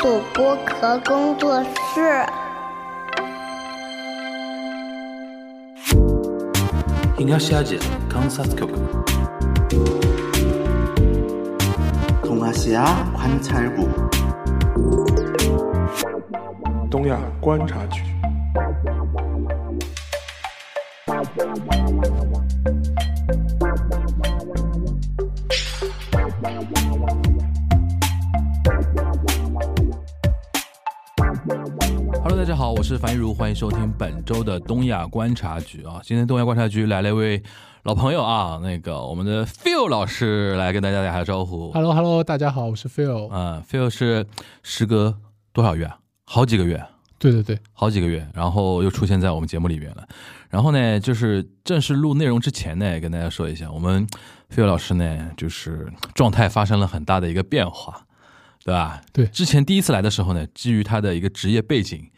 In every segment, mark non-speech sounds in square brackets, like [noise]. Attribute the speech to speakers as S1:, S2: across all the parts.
S1: 主播壳工作室。
S2: 東アジア観察局
S3: 동아시아 관찰국
S4: 东亚观察局。
S5: Hello，大家好，我是樊玉茹，欢迎收听本周的东亚观察局啊。今天东亚观察局来了一位老朋友啊，那个我们的 Phil 老师来跟大家打下招呼。
S6: h e l l o h e l l o 大家好，我是 Phil。
S5: 嗯，Phil 是时隔多少月啊？好几个月，
S6: 对对对，
S5: 好几个月，然后又出现在我们节目里面了。然后呢，就是正式录内容之前呢，也跟大家说一下，我们 Phil 老师呢，就是状态发生了很大的一个变化，对吧？ [laughs]
S6: 对
S5: 之前第一次来的时候呢，基于他的一个职业背景，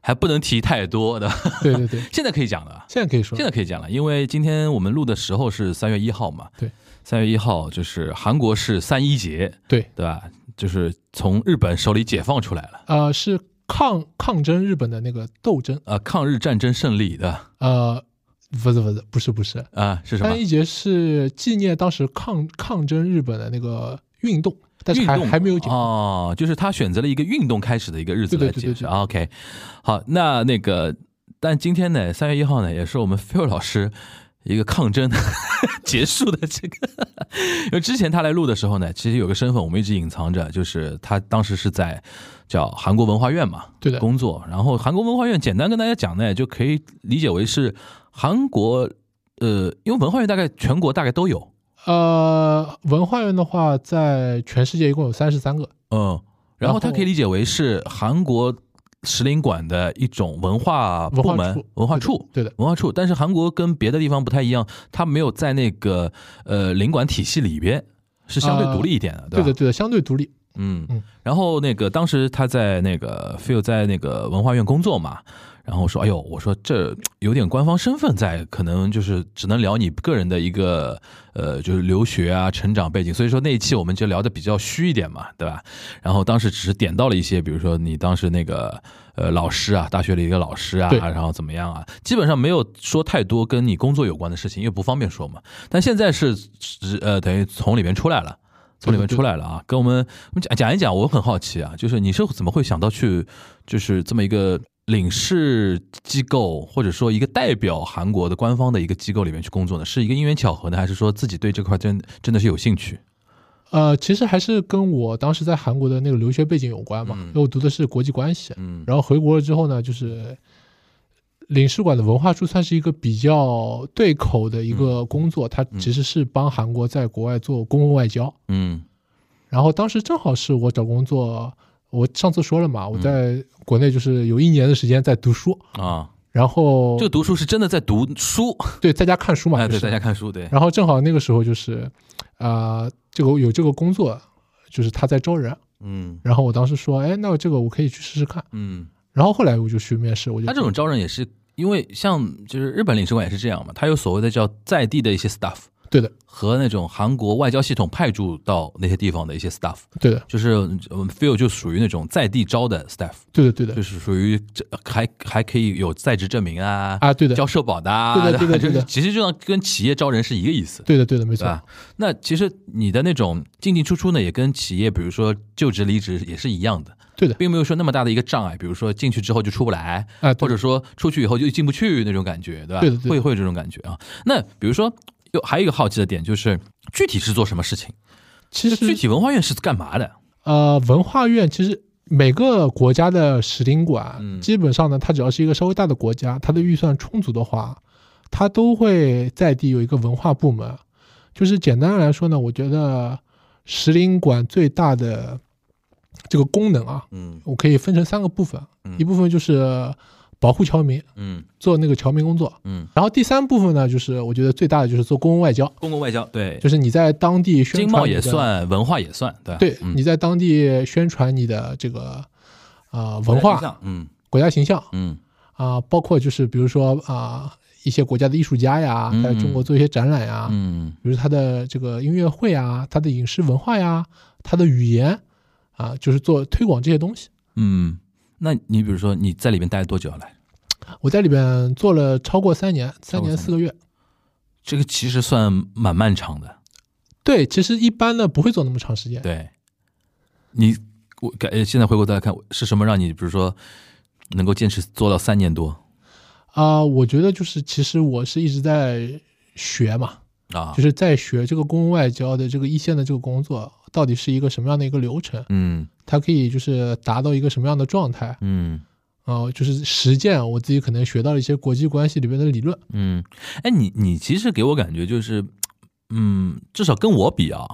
S5: 还不能提太多的， [laughs]
S6: 对对对，
S5: 现在可以讲的，
S6: 现在可以说
S5: 现在可以讲了，因为今天我们录的时候是三月一号嘛，
S6: 对，
S5: 三月一号就是韩国是三一节，
S6: 对，
S5: 对吧？就是从日本手里解放出来了。
S6: 呃，是抗抗争日本的那个斗争，
S5: 呃，抗日战争胜利的啊、
S6: 呃，不是不是不是不是，
S5: 是什么
S6: 三？一节是纪念当时抗抗争日本的那个运动，但是
S5: 运
S6: 还
S5: 动
S6: 还没有解放。
S5: 哦，就是他选择了一个运动开始的一个日子
S6: 对
S5: 来
S6: 对对
S5: 解
S6: 对
S5: 释。啊
S6: 对
S5: OK，好，那那个，但今天呢，三月一号呢，也是我们 Phil 老师一个抗争 [laughs] 结束的这个，因为之前他来录的时候呢，其实有个身份我们一直隐藏着，就是他当时是在叫韩国文化院嘛，
S6: 对的
S5: 工作。然后韩国文化院简单跟大家讲呢，就可以理解为是韩国。呃，因为文化院大概全国大概都有，
S6: 呃，文化院的话，在全世界一共有三十三个。
S5: 嗯，然
S6: 然
S5: 后它
S6: 后
S5: 可以理解为是韩国石林馆的一种文化
S6: 文
S5: 部
S6: 化
S5: 门
S6: 处、
S5: 文化
S6: 对的
S5: 处、
S6: 对的
S5: 文化处。但是韩国跟别的地方不太一样，它没有在那个呃领馆体系里边，是相对
S6: 呃
S5: 独立一点的，
S6: 对
S5: 吧
S6: 的？对的，相对独立。
S5: 嗯
S6: 嗯，
S5: 然后那个当时他在那个 Phil 在那个文化院工作嘛，然后说，哎呦，我说这有点官方身份在，可能就是只能聊你个人的一个呃，就是留学啊、成长背景，所以说那一期我们就聊的比较虚一点嘛，对吧？然后当时只是点到了一些，比如说你当时那个呃老师啊，大学里一个老师啊，
S6: 对
S5: 然后怎么样啊，基本上没有说太多跟你工作有关的事情，因为不方便说嘛。但现在是只呃等于从里面出来了。从里面出来了啊，跟我们我们讲讲一讲，我很好奇啊，就是你是怎么会想到去，就是这么一个领事机构，或者说一个代表韩国的官方的一个机构里面去工作呢？是一个因缘巧合呢，还是说自己对这块真真的是有兴趣？
S6: 呃，其实还是跟我当时在韩国的那个留学背景有关嘛，
S5: 嗯
S6: 因为我读的是国际关系。
S5: 嗯
S6: 然后回国了之后呢，就是领事馆的文化处算是一个比较对口的一个
S5: 嗯
S6: 工作，它其实是帮韩国在国外做公共外交。
S5: 嗯
S6: 然后当时正好是我找工作，我上次说了嘛，
S5: 嗯
S6: 我在国内就是有一年的时间在读书，
S5: 啊，
S6: 然后
S5: 这个读书是真的在读 [laughs] 书，
S6: 对在家看书嘛，
S5: 哎，对，
S6: 就是
S5: 在家看书，对，
S6: 然后正好那个时候就是，啊、这个有这个工作，就是他在招人，
S5: 嗯
S6: 然后我当时说，哎，那这个我可以去试试看。
S5: 嗯，
S6: 然后后来我就去面试，我就
S5: 他这种招人也是因为像就是日本领事馆也是这样嘛，他有所谓的叫在地的一些 staff
S6: 对的，
S5: 和那种韩国外交系统派驻到那些地方的一些 staff。
S6: 对的，
S5: 就是嗯 Phil 就属于那种在地招的 staff，
S6: 对的，对的
S5: 就，是属于这还还可以有在职证明啊，
S6: 啊，对的，
S5: 交社保的啊，
S6: 对的对的
S5: [laughs] 就是
S6: 对的
S5: 其实就像跟企业招人是一个意思，
S6: 对的，对的，没
S5: 对
S6: 错，
S5: 吧？那其实你的那种进进出出呢，也跟企业比如说就职离职也是一样的，
S6: 对的，
S5: 并没有说那么大的一个障碍，比如说进去之后就出不来，
S6: 啊，对
S5: 或者说出去以后就进不去那种感觉，对吧？
S6: 对的对的
S5: 会会有这种感觉啊。那比如说。有还有一个好奇的点就是，具体是做什么事情？
S6: 其
S5: 具
S6: 实
S5: 体文化院是干嘛的？
S6: 呃，文化院其实每个国家的使领馆，
S5: 嗯
S6: 基本上呢，它只要是一个稍微大的国家，它的预算充足的话，它都会在地有一个文化部门。就是简单来说呢，我觉得使领馆最大的这个功能啊，
S5: 嗯
S6: 我可以分成三个部分，
S5: 嗯
S6: 一部分就是保护侨民，
S5: 嗯
S6: 做那个侨民工作。
S5: 嗯，
S6: 然后第三部分呢，就是我觉得最大的就是做公共外交，
S5: 公共外交对，
S6: 就是你在当地宣传
S5: 经贸也
S6: 你的
S5: 算，文化也算，对吧？
S6: 对，
S5: 嗯
S6: 你在当地宣传你的这个啊文化、，
S5: 嗯
S6: 国家形象
S5: 嗯
S6: 啊，包括就是比如说啊一些国家的艺术家呀，
S5: 嗯
S6: 在中国做一些展览呀，
S5: 嗯
S6: 比如他的这个音乐会啊，他的影视文化呀，他的语言啊，就是做推广这些东西。
S5: 嗯，那你比如说你在里面待了多久啊来？
S6: 我在里边做了超过三年，三年四个月。
S5: 这个其实算蛮漫长的，
S6: 对，其实一般呢不会做那么长时间。
S5: 对。你我感呃现在回过头来看，是什么让你比如说能够坚持做到三年多
S6: 啊、我觉得就是其实我是一直在学嘛，
S5: 啊？
S6: 就是在学这个公共外交的这个一线的这个工作到底是一个什么样的一个流程，
S5: 嗯
S6: 它可以就是达到一个什么样的状态
S5: 嗯
S6: 啊、就是实践我自己可能学到了一些国际关系里边的理论。
S5: 嗯，哎，你你其实给我感觉就是，嗯，至少跟我比啊，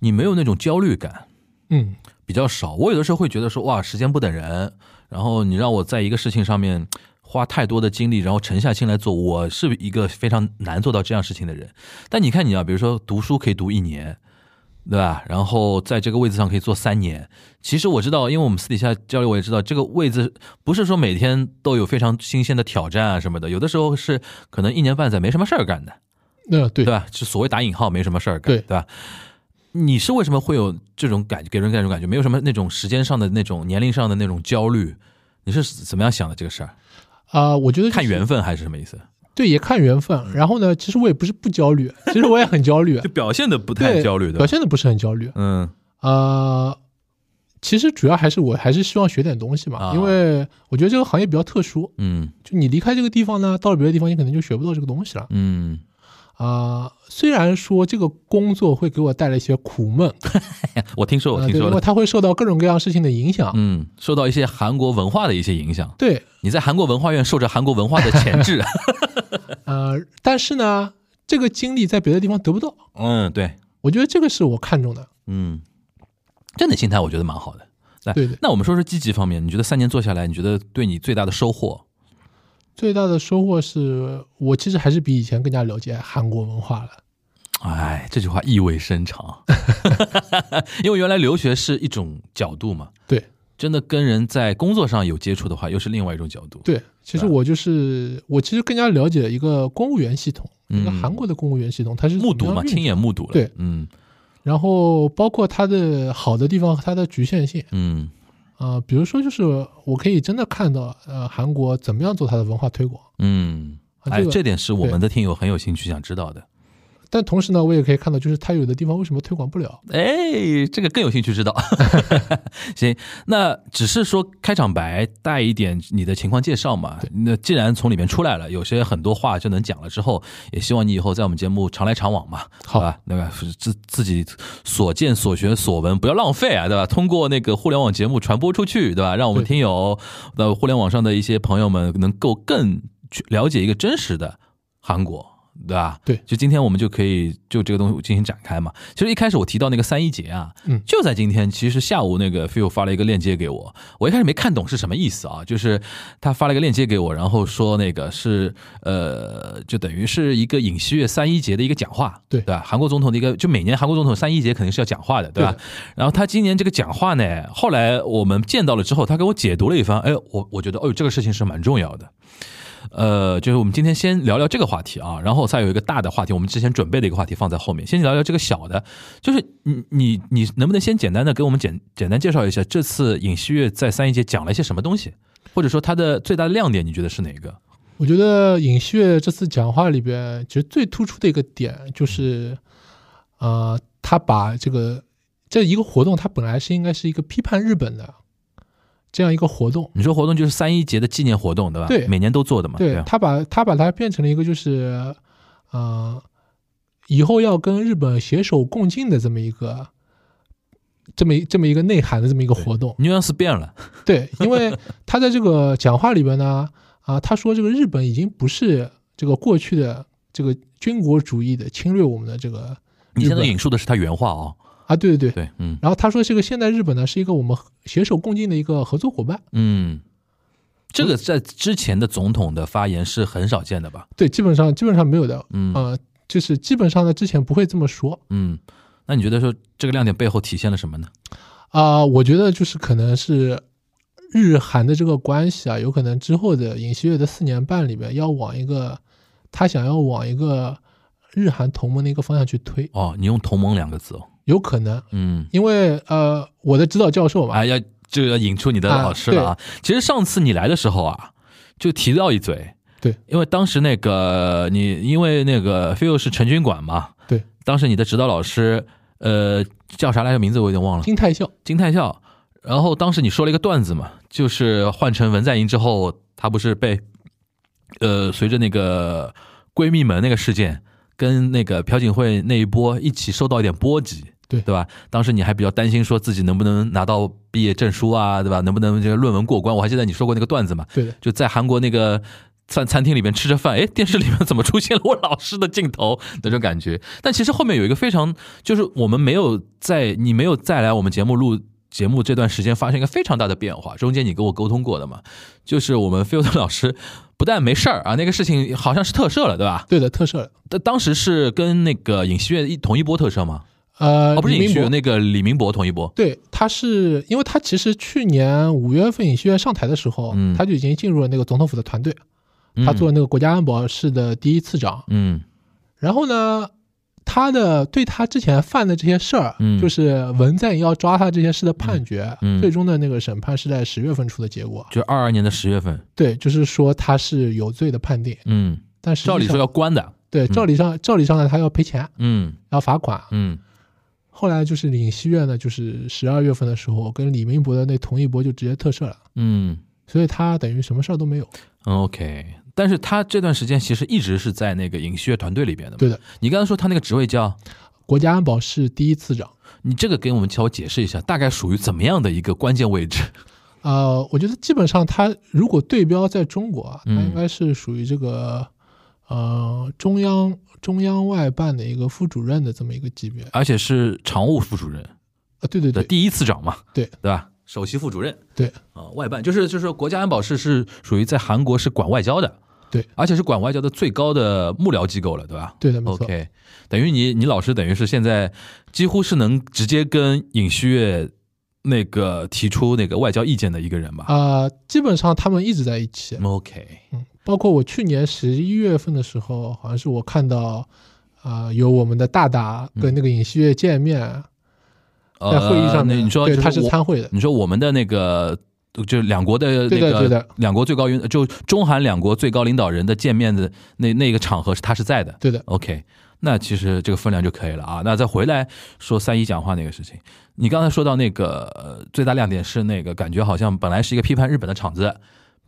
S5: 你没有那种焦虑感，
S6: 嗯，
S5: 比较少。我有的时候会觉得说，哇，时间不等人，然后你让我在一个事情上面花太多的精力，然后沉下心来做，我是一个非常难做到这样事情的人。但你看你啊，比如说读书可以读一年。对吧？然后在这个位置上可以做三年。其实我知道，因为我们私底下交流，我也知道这个位置不是说每天都有非常新鲜的挑战啊什么的，有的时候是可能一年半载没什么事儿干的。
S6: 那、对
S5: 对啊吧？就所谓打引号，没什么事儿干，
S6: 对
S5: 吧？你是为什么会有这种感觉，给人这种感觉，没有什么那种时间上的那种、年龄上的那种焦虑？你是怎么样想的这个事儿？
S6: 啊、我觉得、
S5: 看缘分还是什么意思？
S6: 对，也看缘分。然后呢，其实我也不是不焦虑，其实我也很焦虑
S5: [laughs] [laughs] 就，表现的不太
S6: 对，
S5: 焦虑的，
S6: 表现的不是很焦虑。
S5: 嗯
S6: 呃，其实主要还是我还是希望学点东西嘛，
S5: 啊
S6: 因为我觉得这个行业比较特殊，
S5: 嗯
S6: 就你离开这个地方呢，到了别的地方，你可能就学不到这个东西了
S5: 嗯，
S6: 啊、虽然说这个工作会给我带来一些苦闷，
S5: 哎我听 [laughs] 说，我
S6: 呃、
S5: 听
S6: 对，因
S5: 说
S6: 为
S5: 了，
S6: 它会受到各种各样事情的影响。
S5: 嗯，受到一些韩国文化的一些影响。
S6: 对，
S5: 你在韩国文化院受着韩国文化的钳制， [laughs]
S6: 呃，但是呢，这个经历在别的地方得不到，
S5: 嗯，对，
S6: 我觉得这个是我看中的。
S5: 嗯，这样的心态我觉得蛮好的。来
S6: 对的
S5: 那我们说说积极方面，你觉得三年做下来，你觉得对你最大的收获？
S6: 最大的收获是我其实还是比以前更加了解韩国文化了。
S5: 哎，这句话意味深
S6: [laughs]
S5: 长，因为原来留学是一种角度嘛，
S6: 对
S5: 真的跟人在工作上有接触的话，又是啊另外一种角度。，
S6: 对，其实
S5: 对
S6: 我就是我其实更加了解一个公务员系统，一个
S5: 嗯
S6: 韩国的公务员系统，它是
S5: 目睹嘛，
S6: 怎么样运作
S5: 亲眼目睹了。
S6: 对，
S5: 嗯
S6: 然后包括它的好的地方和它的局限性
S5: 嗯
S6: 啊、比如说就是我可以真的看到呃韩国怎么样做它的文化推广，
S5: 嗯，
S6: 啊
S5: 哎，
S6: 这个
S5: 这点是我们的听友很有兴趣想知道的。
S6: 但同时呢，我也可以看到就是它有的地方为什么推广不了。
S5: 哎，这个更有兴趣知道。 [laughs] 行，那只是说开场白带一点你的情况介绍嘛。那既然从里面出来了，有些很多话就能讲了之后，也希望你以后在我们节目常来常往嘛，
S6: 好
S5: 吧？那个自自己所见所学所闻不要浪费啊，对吧？通过那个互联网节目传播出去，对吧？让我们
S6: 对
S5: 听友呃互联网上的一些朋友们能够更去了解一个真实的韩国。对吧？
S6: 对
S5: 就今天我们就可以就这个东西进行展开嘛。其实一开始我提到那个三一节啊，
S6: 嗯
S5: 就在今天，其实下午那个 Phil 发了一个链接给我，我一开始没看懂是什么意思啊，就是他发了一个链接给我，然后说那个是呃，就等于是一个尹锡悦三一节的一个讲话，
S6: 对
S5: 对吧？韩国总统的一个，就每年韩国总统三一节肯定是要讲话的，对吧？
S6: 对的
S5: 然后他今年这个讲话呢，后来我们见到了之后，他给我解读了一番，哎，我我觉得，哦，这个事情是蛮重要的。呃，就是我们今天先聊聊这个话题啊，然后再有一个大的话题，我们之前准备的一个话题放在后面，先聊聊这个小的，就是你你你能不能先简单的给我们简简单介绍一下这次尹锡悦在三一节讲了一些什么东西，或者说它的最大的亮点，你觉得是哪个？
S6: 我觉得尹锡悦这次讲话里边，其实最突出的一个点就是，呃，他把这个这一个活动，它本来是应该是一个批判日本的这样一个活动，
S5: 你说活动就是三一节的纪念活动，对吧？
S6: 对
S5: 每年都做的嘛。啊
S6: 对
S5: 吧
S6: 他把他把它变成了一个就是，呃，以后要跟日本携手共进的这么一个。这么一这么一个内涵的这么一个活动，
S5: ，nuance 变了，
S6: 对，因为他在这个讲话里边呢，啊，他说这个日本已经不是这个过去的这个军国主义的侵略我们的这个
S5: 你
S6: 日
S5: 现在
S6: 本
S5: 引述的是他原话哦。
S6: 啊，对对对。
S5: 对，嗯
S6: 然后他说这个现代日本呢是一个我们携手共进的一个合作伙伴，
S5: 嗯，这个在之前的总统的发言是很少见的吧？
S6: 对，基本上基本上没有的，
S5: 嗯
S6: 呃，就是基本上呢之前不会这么说
S5: 嗯，那你觉得说这个亮点背后体现了什么呢？
S6: 啊、我觉得就是可能是。日韩的这个关系啊，有可能之后的尹锡悦的四年半里边，要往一个他想要往一个日韩同盟的一个方向去推，
S5: 哦，你用同盟两个字哦。
S6: 有可能，
S5: 嗯，
S6: 因为呃，我的指导教授嘛，
S5: 哎，要这个引出你的
S6: 啊
S5: 老师了啊。其实上次你来的时候啊，就提到一嘴，
S6: 对，
S5: 因为当时那个你因为那个飞佑是陈军馆嘛，
S6: 对，
S5: 当时你的指导老师呃叫啥来着名字我有点忘了，
S6: 金泰孝
S5: 金泰孝。然后当时你说了一个段子嘛，就是换成文在寅之后，他不是被呃随着那个闺蜜门那个事件，跟那个朴槿惠那一波一起受到一点波及，
S6: 对
S5: 对吧？当时你还比较担心说自己能不能拿到毕业证书啊，对吧？能不能这个论文过关？我还记得你说过那个段子嘛，
S6: 对的，
S5: 就在韩国那个餐餐厅里面吃着饭，哎，电视里面怎么出现了我老师的镜头那种感觉？但其实后面有一个非常，就是我们没有在你没有再来我们节目录。节目这段时间发生一个非常大的变化，中间你跟我沟通过的嘛，就是我们 Field 老师不但没事儿啊，那个事情好像是特赦了，对吧？
S6: 对的特赦，
S5: 当当时是跟那个尹锡悦一同一波特赦吗？
S6: 呃，
S5: 哦，不是
S6: 李
S5: 尹
S6: 明
S5: 锡悦，
S6: 博
S5: 那个李明博同一波。
S6: 对，他是因为他其实去年五月份尹锡悦上台的时候，
S5: 嗯
S6: 他就已经进入了那个总统府的团队，
S5: 嗯
S6: 他做那个国家安保室的第一次长。
S5: 嗯
S6: 然后呢，他的对他之前犯的这些事儿，
S5: 嗯
S6: 就是文在寅要抓他这些事的判决，
S5: 嗯嗯
S6: 最终的那个审判是在十月份出的结果。
S5: 就二二年的十月份，
S6: 对，就是说他是有罪的判定，
S5: 嗯，
S6: 但是
S5: 照理说要嗯关的，
S6: 对，照理上照理上呢，他要赔钱，
S5: 嗯
S6: 要罚款。
S5: 嗯
S6: 后来就是尹锡悦呢，就是十二月份的时候跟李明博的那同一博就直接特赦了，
S5: 嗯
S6: 所以他等于什么事儿都没有。
S5: 嗯，OK。但是他这段时间其实一直是在那个尹锡悦团队里边的嘛。
S6: 对的，
S5: 你刚才说他那个职位叫，
S6: 国家安保室第一次长。
S5: 你这个给我们稍微解释一下，大概属于怎么样的一个关键位置？ [laughs]
S6: 呃，我觉得基本上它如果对标在中国啊，它
S5: 嗯
S6: 应该是属于这个呃中央中央外办的一个副主任的这么一个级别啊、啊
S5: 而且是常务副主任
S6: 对对
S5: 的
S6: 对
S5: 第一次长嘛，
S6: 对
S5: 对吧？首席副主任，
S6: 对
S5: 啊，外办就是就是国家安保室是属于在韩国是管外交的，
S6: 对，
S5: 而且是管外交的最高的幕僚机构了，对吧？
S6: 对的，没错
S5: OK，等于你你老师等于是现在几乎是能直接跟尹锡悦那个提出那个外交意见的一个人吧、
S6: 啊、基本上他们一直在一起，
S5: o k
S6: 嗯，包括我去年十一月份的时候，好像是我看到。啊、有我们的大大跟那个尹锡悦见面，
S5: 嗯呃，
S6: 在会议上
S5: 那
S6: 面，
S5: 你说
S6: 对
S5: 就
S6: 他是
S5: 我
S6: 参会的，
S5: 你说我们的那个。就两国的那
S6: 对的对
S5: 个
S6: 的
S5: 两国最高领就中韩两国最高领导人的见面的那那个场合是他是在的
S6: 对的，
S5: ，OK，那其实这个分量就可以了啊。那再回来说三一讲话那个事情，你刚才说到那个呃最大亮点是那个感觉好像本来是一个批判日本的场子，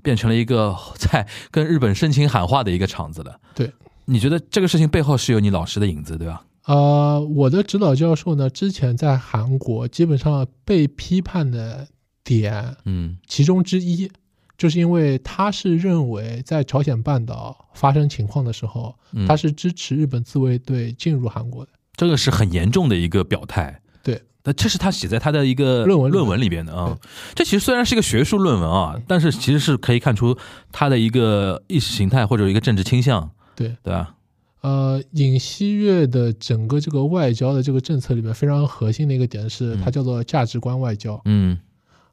S5: 变成了一个在跟日本深情喊话的一个场子了。
S6: 对，
S5: 你觉得这个事情背后是有你老师的影子对吧？
S6: 呃，我的指导教授呢，之前在韩国基本上被批判的点
S5: 嗯
S6: 其中之一，就是因为他是认为在朝鲜半岛发生情况的时候，
S5: 嗯，
S6: 他是支持日本自卫队进入韩国的。
S5: 这个是很严重的一个表态。
S6: 对，
S5: 那这是他写在他的一个
S6: 论文里面
S5: 论文里边的啊。这其实虽然是一个学术论文啊，但是其实是可以看出他的一个意识形态或者一个政治倾向，
S6: 对，
S5: 对吧？
S6: 呃，尹锡悦的整个这个外交的这个政策里面非常核心的一个点是，它叫做价值观外交
S5: 嗯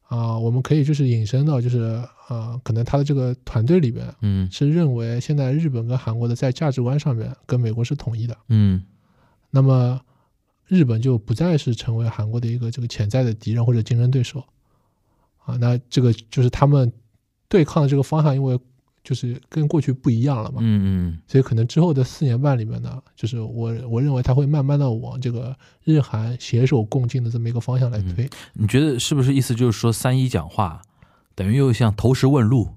S6: 啊、我们可以就是引申到就是啊、呃可能他的这个团队里面
S5: 嗯
S6: 是认为现在日本跟韩国的在价值观上面跟美国是统一的，
S5: 嗯
S6: 那么日本就不再是成为韩国的一个这个潜在的敌人或者竞争对手啊。那这个就是他们对抗的这个方向，因为就是跟过去不一样了嘛，
S5: 嗯
S6: 所以可能之后的四年半里面呢，就是我我认为它会慢慢的往这个日韩携手共进的这么一个方向来推。
S5: 嗯，你觉得是不是意思就是说三一讲话等于又像投石问路，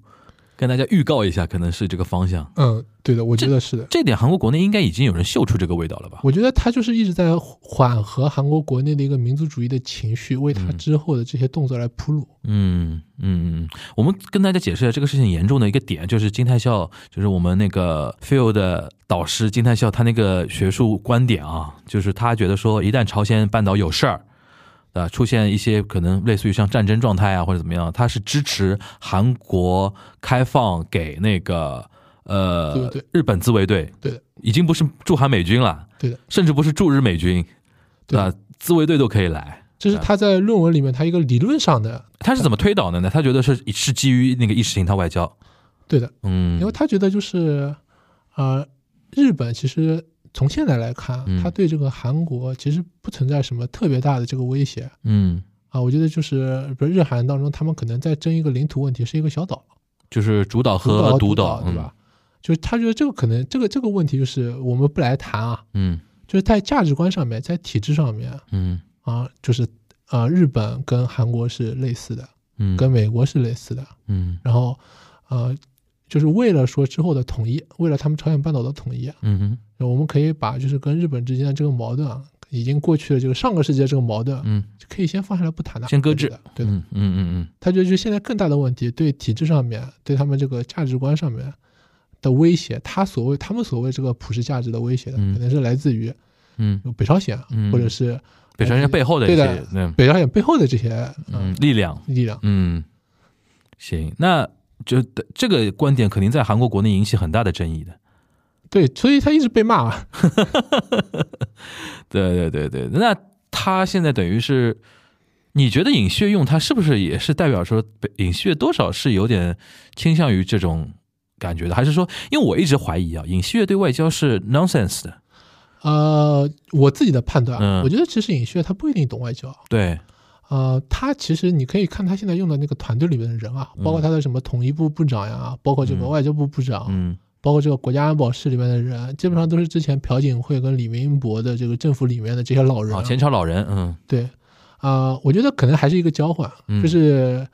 S5: 跟大家预告一下，可能是这个方向。
S6: 嗯，对的，我觉得是的。
S5: 这点韩国国内应该已经有人嗅出这个味道了吧？
S6: 我觉得他就是一直在缓和韩国国内的一个民族主义的情绪，为他之后的这些动作来铺路。
S5: 嗯嗯，嗯，我们跟大家解释一下这个事情严重的一个点，就是金泰孝，就是我们那个 Phil 的导师金泰孝，他那个学术观点啊，就是他觉得说，一旦朝鲜半岛有事儿，啊，出现一些可能类似于像战争状态啊或者怎么样，他是支持韩国开放给那个
S6: 自卫
S5: 呃
S6: 队
S5: 日本自卫队，
S6: 对的，
S5: 已经不是驻韩美军了，
S6: 对的，
S5: 甚至不是驻日美军，
S6: 对
S5: 吧？自卫队都可以来，
S6: 这是他在论文里面他一个理论上的，
S5: 他是怎么推导的呢？他觉得是是基于那个意识形态外交，
S6: 对的，
S5: 嗯，
S6: 因为他觉得就是，呃，日本其实从现在来看啊
S5: 嗯，
S6: 他对这个韩国其实不存在什么特别大的这个威胁
S5: 嗯
S6: 啊、啊，我觉得就是比如日韩当中，他们可能在争一个领土问题，是一个小岛，
S5: 就是主导
S6: 独
S5: 和
S6: 独
S5: 独
S6: 岛
S5: 岛，嗯
S6: 对吧？就是他觉得这个可能这个这个问题，就是我们不来谈啊，
S5: 嗯？
S6: 就是在价值观上面，在体制上面
S5: 嗯
S6: 啊，就是呃，日本跟韩国是类似的，
S5: 嗯嗯
S6: 跟美国是类似的，
S5: 嗯
S6: 然后呃，就是为了说之后的统一，为了他们朝鲜半岛的统一，啊
S5: 嗯哼
S6: 我们可以把就是跟日本之间的这个矛盾啊，已经过去了这个上个世纪的这个矛盾，
S5: 嗯，
S6: 就可以先放下来不谈的，
S5: 先搁
S6: 我
S5: 置
S6: 觉得对的，
S5: 嗯嗯嗯
S6: 他觉得就现在更大的问题，对体制上面，对他们这个价值观上面的威胁，他所谓他们所谓这个普世价值的威胁的，
S5: 嗯
S6: 可能是来自于
S5: 嗯嗯，
S6: 北朝鲜，啊
S5: 嗯
S6: 或者是
S5: 北朝鲜背后的一
S6: 对
S5: 些
S6: 的
S5: 嗯
S6: 北朝鲜背后的这些
S5: 嗯
S6: 嗯
S5: 力量，
S6: 力量。
S5: 嗯，行，那就这个观点肯定在韩国国内引起很大的争议的。
S6: 对，所以他一直被骂嘛。
S5: 对对对对，那他现在等于是，你觉得尹血用他是不是也是代表说北尹血多少是有点倾向于这种感觉的？还是说，因为我一直怀疑啊，尹血对外交是 nonsense 的，
S6: 呃，我自己的判断，啊
S5: 嗯
S6: 我觉得其实尹旭他不一定懂外交。啊
S5: 对，
S6: 呃，他其实你可以看他现在用的那个团队里面的人啊，包括他的什么统一部部长呀，包括这个
S5: 嗯
S6: 外交部部长，
S5: 嗯
S6: 包括这个国家安保室里面的人，基本上都是之前朴槿惠跟李明博的这个政府里面的这些老人。
S5: 啊，前朝老人，嗯
S6: 对，啊、我觉得可能还是一个交换，
S5: 嗯
S6: 就是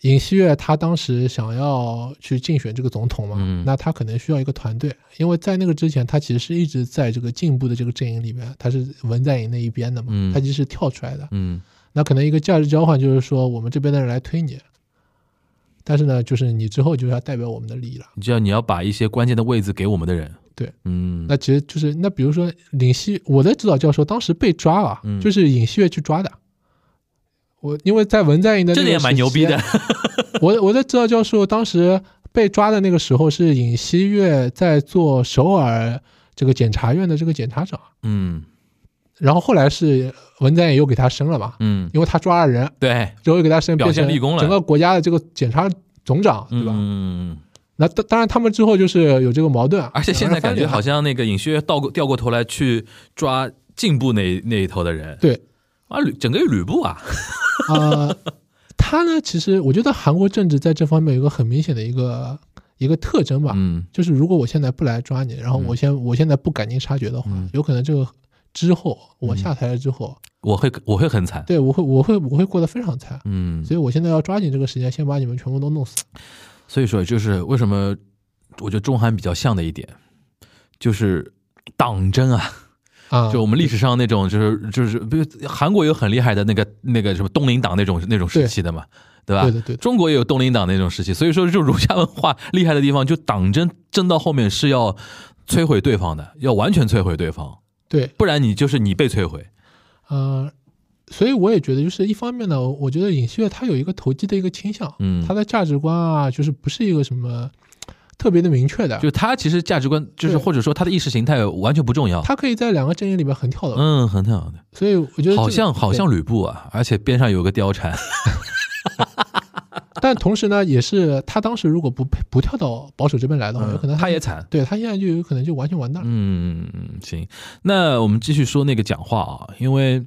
S6: 尹锡悦他当时想要去竞选这个总统嘛，
S5: 嗯
S6: 那他可能需要一个团队，因为在那个之前，他其实是一直在这个进步的这个阵营里面，他是文在寅那一边的嘛，
S5: 嗯
S6: 他其实是跳出来的。
S5: 嗯
S6: 那可能一个价值交换就是说，我们这边的人来推你，但是呢，就是你之后就是要代表我们的利益了。
S5: 你就要你要把一些关键的位置给我们的人，
S6: 对，
S5: 嗯
S6: 那其实就是那比如说尹锡，我的指导教授当时被抓啊，
S5: 嗯
S6: 就是尹锡悦去抓的。我因为在文在寅的那
S5: 这
S6: 个
S5: 点也蛮
S6: 时
S5: 牛逼
S6: 间
S5: 的，
S6: [laughs] 我我的指导教授当时被抓的那个时候是尹锡悦在做首尔这个检察院的这个检察长，
S5: 嗯
S6: 然后后来是文在寅又给他升了嘛，
S5: 嗯，
S6: 因为他抓了人，
S5: 对，
S6: 之后又给他升
S5: 表
S6: 变
S5: 现
S6: 成
S5: 立功了
S6: 整个国家的这个检察总长，对吧？
S5: 嗯，
S6: 那当当然他们之后就是有这个矛盾啊，
S5: 而且现在感觉好
S6: 像
S5: 像那个尹旭倒过掉过头来去抓进步那那一头的人，
S6: 对
S5: 啊，吕整个一吕布啊，
S6: 呃，他呢其实我觉得韩国政治在这方面有一个很明显的一个一个特征吧，
S5: 嗯
S6: 就是如果我现在不来抓你，然后我先、我现在不赶尽杀绝的话，
S5: 嗯
S6: 有可能这个之后我下台了之后，
S5: 我会我会很惨，
S6: 对我会我会我会过得非常惨，
S5: 嗯，
S6: 所以我现在要抓紧这个时间，先把你们全部都弄死。
S5: 所以说就是为什么我觉得中韩比较像的一点，就是党争啊，
S6: 啊，
S5: 就我们历史上那种就是就是，比如韩国有很厉害的那个那个什么东林党那种那种时期的嘛，对吧？
S6: 对的对的
S5: 中国也有东林党那种时期，所以说就儒家文化厉害的地方，就党争争到后面是要摧毁对方的，要完全摧毁对方，
S6: 对，
S5: 不然你就是你被摧毁。
S6: 呃，所以我也觉得，就是一方面呢，我觉得尹锡悦他有一个投机的一个倾向，
S5: 嗯
S6: 他的价值观啊，就是不是一个什么特别的明确的，
S5: 就他其实价值观就是
S6: 对
S5: 或者说他的意识形态完全不重要。
S6: 他可以在两个阵营里面横跳的，
S5: 嗯，很好的，
S6: 所以我觉得这个
S5: 好像好
S6: 对
S5: 像吕布啊，而且边上有个貂蝉。 [laughs]
S6: 但同时呢，也是他当时如果不不跳到保守这边来的话，
S5: 嗯
S6: 有可能
S5: 他也惨
S6: 对他现在就有可能就完全完蛋了。
S5: 嗯，行，那我们继续说那个讲话啊，因为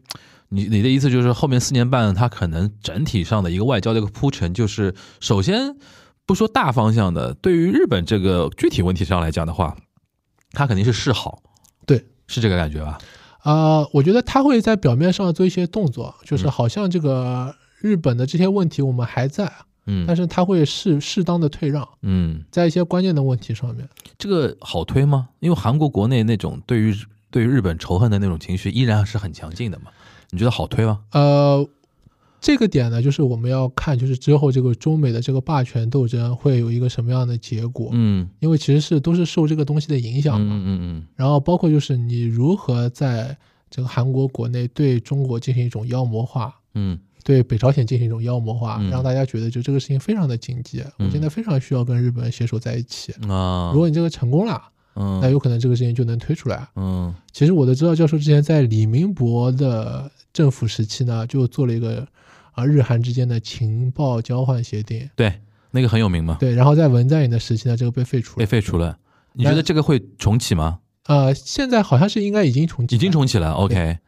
S5: 你你的意思就是后面四年半，它可能整体上的一个外交的一个铺陈，就是首先不说大方向的，对于日本这个具体问题上来讲的话，它肯定是示好，
S6: 对，
S5: 是这个感觉吧？
S6: 呃，我觉得他会在表面上做一些动作，
S5: 嗯
S6: 就是好像这个日本的这些问题我们还在，
S5: 嗯，
S6: 但
S5: 是
S6: 是他会适适当的退让，
S5: 嗯，
S6: 在一些关键的问题上面。
S5: 这个好推吗？因为韩国国内那种对于对于日本仇恨的那种情绪依然是很强劲的嘛，你觉得好推吗？
S6: 呃，这个点呢，就是我们要看，就是之后这个中美的这个霸权斗争会有一个什么样的结果，
S5: 嗯
S6: 因为其实是都是受这个东西的影响
S5: 嗯
S6: 嘛。
S5: 嗯嗯
S6: 然后包括就是你如何在这个韩国国内对中国进行一种妖魔化，
S5: 嗯
S6: 对北朝鲜进行一种妖魔化，
S5: 嗯
S6: 让大家觉得就这个事情非常的紧急，
S5: 嗯
S6: 我现在非常需要跟日本携手在一起。
S5: 嗯啊，
S6: 如果你这个成功了，
S5: 嗯
S6: 那有可能这个事情就能推出来。
S5: 嗯
S6: 其实我的指导教授之前在李明博的政府时期呢，就做了一个啊日韩之间的情报交换协定，
S5: 对，那个很有名嘛，
S6: 对，然后在文在寅的时期呢，这个被废除
S5: 被
S6: 了。
S5: 废除了。你觉得这个会重启吗？
S6: 呃，现在好像是应该已经重启，
S5: 已经。重启了，OK。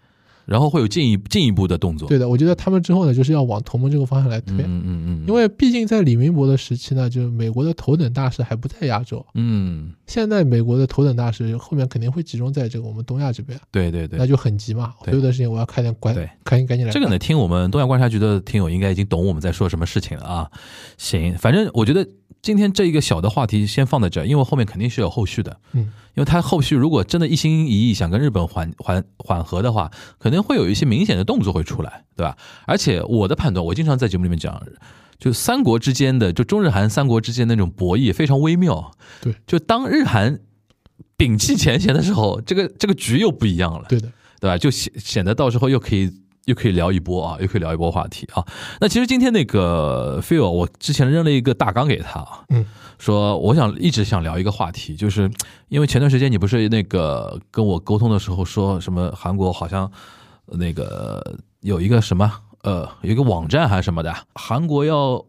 S5: 然后会有进一进一步的动作。
S6: 对的，我觉得他们之后呢，就是要往同盟这个方向来推
S5: 嗯，，嗯嗯嗯，
S6: 因为毕竟在李明博的时期呢，就是美国的头等大事还不在亚洲，
S5: 嗯，
S6: 现在美国的头等大事后面肯定会集中在这个我们东亚这边，
S5: 对对
S6: 那
S5: 对，
S6: 就很急嘛，
S5: 对
S6: 所有的事情我要快点管
S5: 对，
S6: 赶紧赶紧来
S5: 这个
S6: 办
S5: 呢，听我们东亚观察局的听友应该已经懂我们在说什么事情了啊。行，反正我觉得今天这一个小的话题先放在这儿，因为后面肯定是有后续的。
S6: 嗯，
S5: 因为他后续如果真的一心一意想跟日本缓缓缓和的话，可能会有一些明显的动作会出来，对吧？而且我的判断，我经常在节目里面讲，就三国之间的，就中日韩三国之间那种博弈非常微妙。
S6: 对，
S5: 就当日韩摒弃前嫌的时候，这个这个局又不一样了。
S6: 对的，
S5: 对吧？就显显得到时候又可以又可以聊一波啊，又可以聊一波话题啊。那其实今天那个 Phil，我之前扔了一个大纲给他啊，
S6: 嗯，
S5: 说我想一直想聊一个话题，就是因为前段时间你不是那个跟我沟通的时候说什么韩国好像呃那个有一个什么呃有一个网站还是什么的，韩国要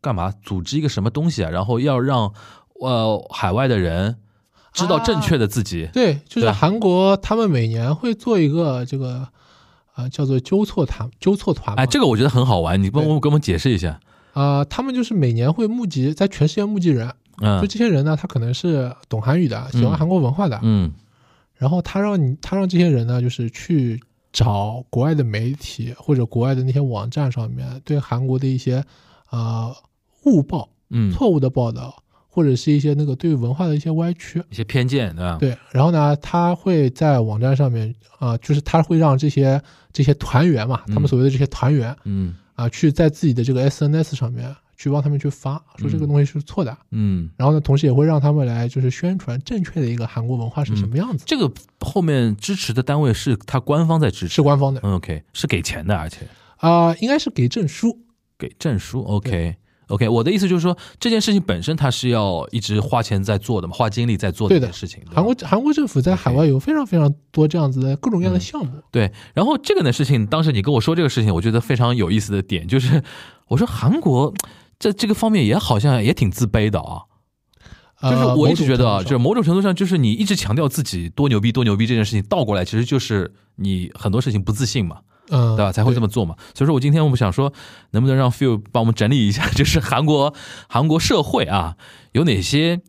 S5: 干嘛组织一个什么东西啊，然后要让呃海外的人知道正确的自己。
S6: 啊对，就
S5: 对
S6: 是
S5: 啊
S6: 韩国他们每年会做一个这个啊、呃叫做纠错团纠错团嘛，
S5: 哎，这个我觉得很好玩，你帮我给我们解释一下。
S6: 啊、他们就是每年会募集在全世界募集人，
S5: 嗯
S6: 就这些人呢，他可能是懂韩语的，喜欢
S5: 嗯
S6: 韩国文化的，
S5: 嗯
S6: 然后他让你，他让这些人呢，就是去找国外的媒体或者国外的那些网站上面对韩国的一些呃误报、
S5: 嗯，
S6: 错误的报道，或者是一些那个对文化的一些歪曲。
S5: 一些偏见，对吧？
S6: 对，然后呢，他会在网站上面啊、就是他会让这些这些团员嘛，
S5: 嗯
S6: 他们所谓的这些团员啊、
S5: 嗯
S6: 去在自己的这个 SNS 上面去帮他们去发，说这个
S5: 嗯
S6: 东西是错的。
S5: 嗯，
S6: 然后呢，同时也会让他们来就是宣传正确的一个韩国文化
S5: 嗯
S6: 是什么样子，
S5: 这个后面支持的单位是他官方在支持
S6: 是官方的。
S5: 嗯，OK，是给钱的，而且
S6: 啊、应该是给证书。
S5: 给证书，OK。OK，我的意思就是说，这件事情本身它是要一直花钱在做的嘛，花精力在做的
S6: 对
S5: 一
S6: 的
S5: 件事情。对吧
S6: 韩国韩国政府在海外有非常非常多这样子的各种
S5: 嗯
S6: 各样的项目。
S5: 对，然后这个呢事情，当时你跟我说这个事情，我觉得非常有意思的点就是，我说韩国在这个方面也好像也挺自卑的啊。
S6: 呃
S5: 就是我一直觉得啊，
S6: 某
S5: 就是某种
S6: 种程度上
S5: 程度上，就是你一直强调自己多牛逼多牛逼这件事情，倒过来其实就是你很多事情不自信嘛，
S6: 嗯，
S5: 对吧？才会这么做嘛。所以说我今天我们想说，能不能让 Phil 帮我们整理一下， [laughs] 就是韩国韩国社会啊，有哪些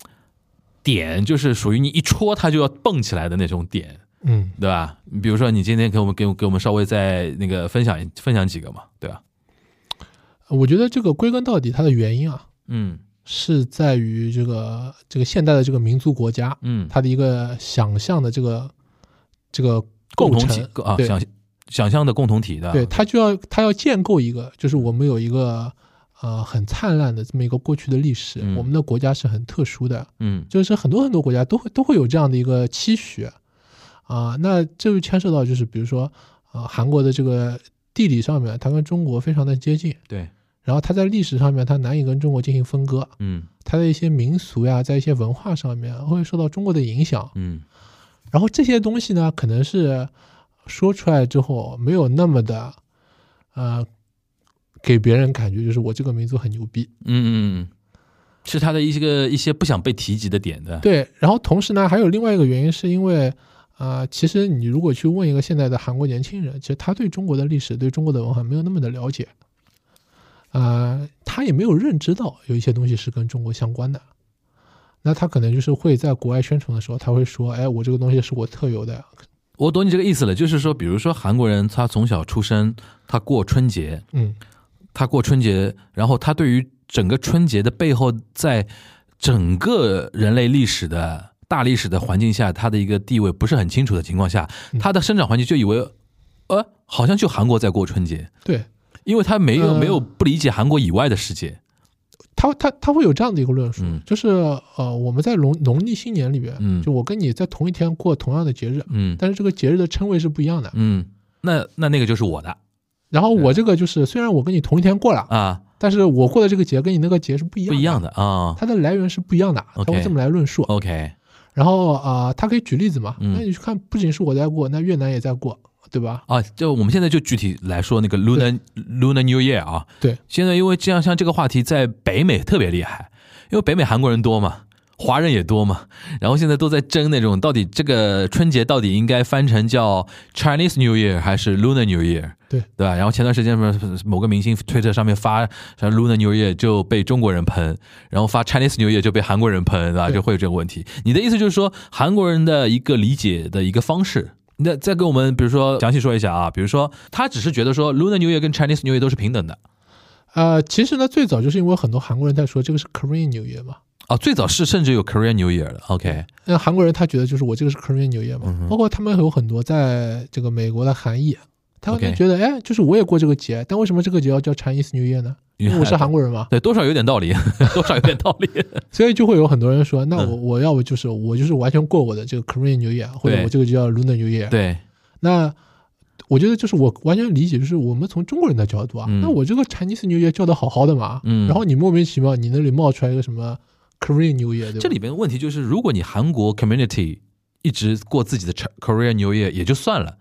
S5: 点，就是属于你一戳它就要蹦起来的那种点，
S6: 对。嗯，
S5: 对吧？比如说你今天给我们给我给我们稍微再那个分享分享几个嘛，对吧？
S6: 我觉得这个归根到底，它的原因啊，
S5: 嗯
S6: 是在于这个这个现代的这个民族国家，
S5: 嗯，
S6: 它的一个想象的这个这个
S5: 共
S6: 构
S5: 同
S6: 成
S5: 体啊，
S6: 对
S5: 想想象啊的共同体的，
S6: 对，它就要它要建构一个，就是我们有一个呃很灿烂的这么一个过去的历史，
S5: 嗯
S6: 我们的国家是很特殊的，
S5: 嗯
S6: 就是很多很多国家都会都会有这样的一个期许，啊，那这就牵涉到就是比如说啊，韩国的这个地理上面，它跟中国非常的接近，
S5: 对，
S6: 然后它在历史上面，它难以跟中国进行分割，
S5: 嗯
S6: 它的一些民俗呀，在一些文化上面会受到中国的影响，
S5: 嗯
S6: 然后这些东西呢，可能是说出来之后没有那么的，呃，给别人感觉就是我这个民族很牛逼，
S5: 嗯嗯嗯，是他的一些个一些不想被提及的点的。
S6: 对，然后同时呢，还有另外一个原因，是因为啊、呃其实你如果去问一个现在的韩国年轻人，其实他对中国的历史、对中国的文化没有那么的了解，呃，他也没有认知到有一些东西是跟中国相关的。那他可能就是会在国外宣传的时候，他会说：“哎，我这个东西是我特有的。
S5: 我懂你这个意思了，就是说，比如说韩国人，他从小出生，他过春节，”
S6: 嗯，
S5: 他过春节，然后他对于整个春节的背后，在整个人类历史的大历史的环境下，他的一个地位不是很清楚的情况下，
S6: 嗯
S5: 他的生长环境就以为，呃，好像就韩国在过春节，
S6: 对
S5: 因为他没有
S6: 嗯
S5: 没有不理解韩国以外的世界。
S6: 他，他他会有这样的一个论述，
S5: 嗯
S6: 就是呃，我们在农农历新年里边，
S5: 嗯
S6: 就我跟你在同一天过同样的节日，
S5: 嗯
S6: 但是这个节日的称谓是不一样的。
S5: 嗯，那那那个就是我的
S6: 然后我这个就是，虽然我跟你同一天过了，
S5: 嗯啊，
S6: 但是我过的这个节跟你那个节是不一样
S5: 不
S6: 的，
S5: 一样的啊。
S6: 它的来源是不一样的，它
S5: OK
S6: 会这么来论述。
S5: OK，
S6: 然后啊、呃它可以举例子嘛？
S5: 嗯
S6: 那你去看，不仅是我在过，那越南也在过，对吧？
S5: 啊，就我们现在就具体来说那个 Lunar Lunar New Year 啊，
S6: 对，
S5: 现在因为这样像这个话题在北美特别厉害，因为北美韩国人多嘛，华人也多嘛，然后现在都在争那种到底这个春节到底应该翻成叫 Chinese New Year 还是 Lunar New Year，
S6: 对
S5: 对吧？然后前段时间不是某个明星推特上面发什么 Lunar New Year 就被中国人喷，然后发 Chinese New Year 就被韩国人喷，对吧？
S6: 对
S5: 就会有这个问题。你的意思就是说韩国人的一个理解的一个方式？那再给我们比如说详细说一下啊，比如说他只是觉得说 Lunar New Year 跟 Chinese New Year 都是平等的
S6: 呃，其实呢，最早就是因为很多韩国人在说这个是 Korean New Year 嘛，
S5: 啊，最早是甚至有 Korean New Year 的，OK，
S6: 那韩国人他觉得就是我这个是 Korean New Year
S5: 嗯
S6: 嘛，包括他们有很多在这个美国的韩裔，他们就
S5: OK
S6: 觉得哎，就是我也过这个节，但为什么这个节要叫 Chinese New Year 呢？因为我是韩国人嘛，
S5: 对，多少有点道理， [laughs] 多少有点道理。
S6: 所以就会有很多人说，那我
S5: 嗯
S6: 我要不就是我就是完全过我的这个 Korean New Year，或者
S5: 对
S6: 我这个就叫 Lunar New Year。，
S5: 对，
S6: 那我觉得就是我完全理解，就是我们从中国人的角度啊，
S5: 嗯
S6: 那我这个 Chinese New Year 叫的好好的嘛，
S5: 嗯
S6: 然后你莫名其妙你那里冒出来一个什么 Korean New Year，对吧？
S5: 这里边问题就是，如果你韩国 community 一直过自己的 Ch- Korean New Year 也就算了，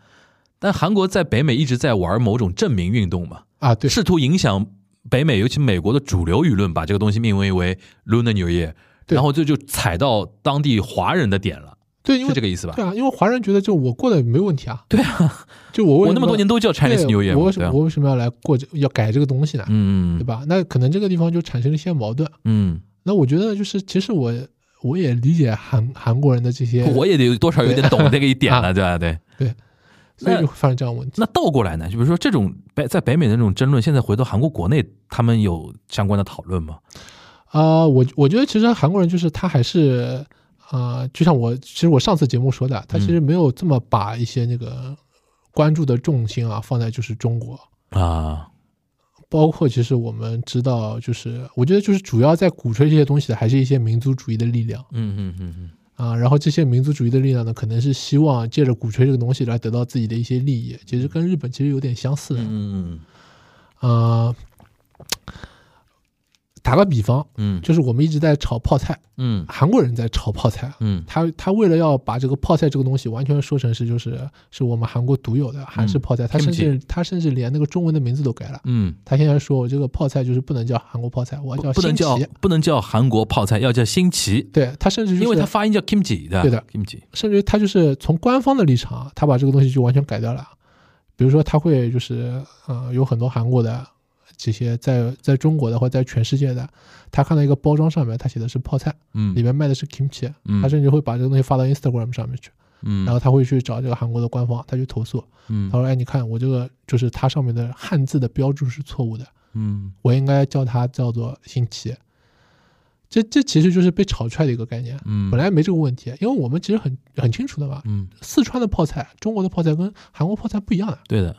S5: 但韩国在北美一直在玩某种证明运动嘛，
S6: 啊，对，
S5: 试图影响北美，尤其美国的主流舆论，把这个东西命名为 Lunar New Year，
S6: 对
S5: 然后这就踩到当地华人的点了，
S6: 对，因为
S5: 是这个意思吧
S6: 对？啊，因为华人觉得就我过得没问题啊。对啊， [laughs] 就我为
S5: 我
S6: 什
S5: 那么多年都叫 Chinese
S6: 对
S5: New Year，
S6: 我
S5: 嘛
S6: 为什
S5: 对
S6: 么
S5: 啊
S6: 我为什么要来过这要改这个东西呢？对
S5: 嗯
S6: 吧？那可能这个地方就产生了一些矛盾。
S5: 嗯，
S6: 那我觉得就是，其实我我也理解韩韩国人的这些，
S5: 嗯我也得有多少有点懂这个一点了，对吧？对。
S6: 所以
S5: 那
S6: 就会发生这样的问题。
S5: 那倒过来呢？就比如说这种北在北美的那种争论，现在回到韩国国内，他们有相关的讨论吗？
S6: 啊、我我觉得其实韩国人就是他还是啊、呃就像我其实我上次节目说的，他其实
S5: 嗯
S6: 没有这么把一些那个关注的重心啊放在就是中国。
S5: 啊，
S6: 包括其实我们知道，就是我觉得就是主要在鼓吹这些东西的，还是一些民族主义的力量
S5: 嗯嗯嗯嗯，
S6: 啊。然后这些民族主义的力量呢，可能是希望借着鼓吹这个东西来得到自己的一些利益，其实跟日本其实有点相似的
S5: 嗯
S6: 啊。打个比方，
S5: 嗯
S6: 就是我们一直在炒泡菜，
S5: 嗯
S6: 韩国人在炒泡菜。啊
S5: 嗯
S6: 他他为了要把这个泡菜这个东西完全说成是就是是我们韩国独有的韩式泡菜，他甚至他甚至连那个中文的名字都改了。
S5: 嗯，
S6: 他现在说我这个泡菜就是不能叫韩国泡菜，我要叫
S5: 不能
S6: 新
S5: 叫
S6: 奇。
S5: 不能叫韩国泡菜，要叫新奇，
S6: 对他甚至就是
S5: 因为它发音叫 kimchi 的，
S6: 对的
S5: ，kimchi，
S6: 甚至他就是从官方的立场啊，他把这个东西就完全改掉了。比如说他会就是呃有很多韩国的这些在在中国的或者在全世界的，他看到一个包装上面他写的是泡菜，
S5: 嗯
S6: 里面卖的是 kimchi，
S5: 嗯
S6: 他甚至会把这个东西发到 Instagram 上面去，
S5: 嗯，
S6: 然后他会去找这个韩国的官方，他去投诉，
S5: 嗯
S6: 他说哎你看我这个就是它上面的汉字的标注是错误的，
S5: 嗯
S6: 我应该叫它叫做新奇。这这其实就是被炒出来的一个概念，
S5: 嗯，
S6: 本来没这个问题，因为我们其实很很清楚的嘛，
S5: 嗯，
S6: 四川的泡菜、中国的泡菜跟韩国泡菜不一样的，
S5: 对的，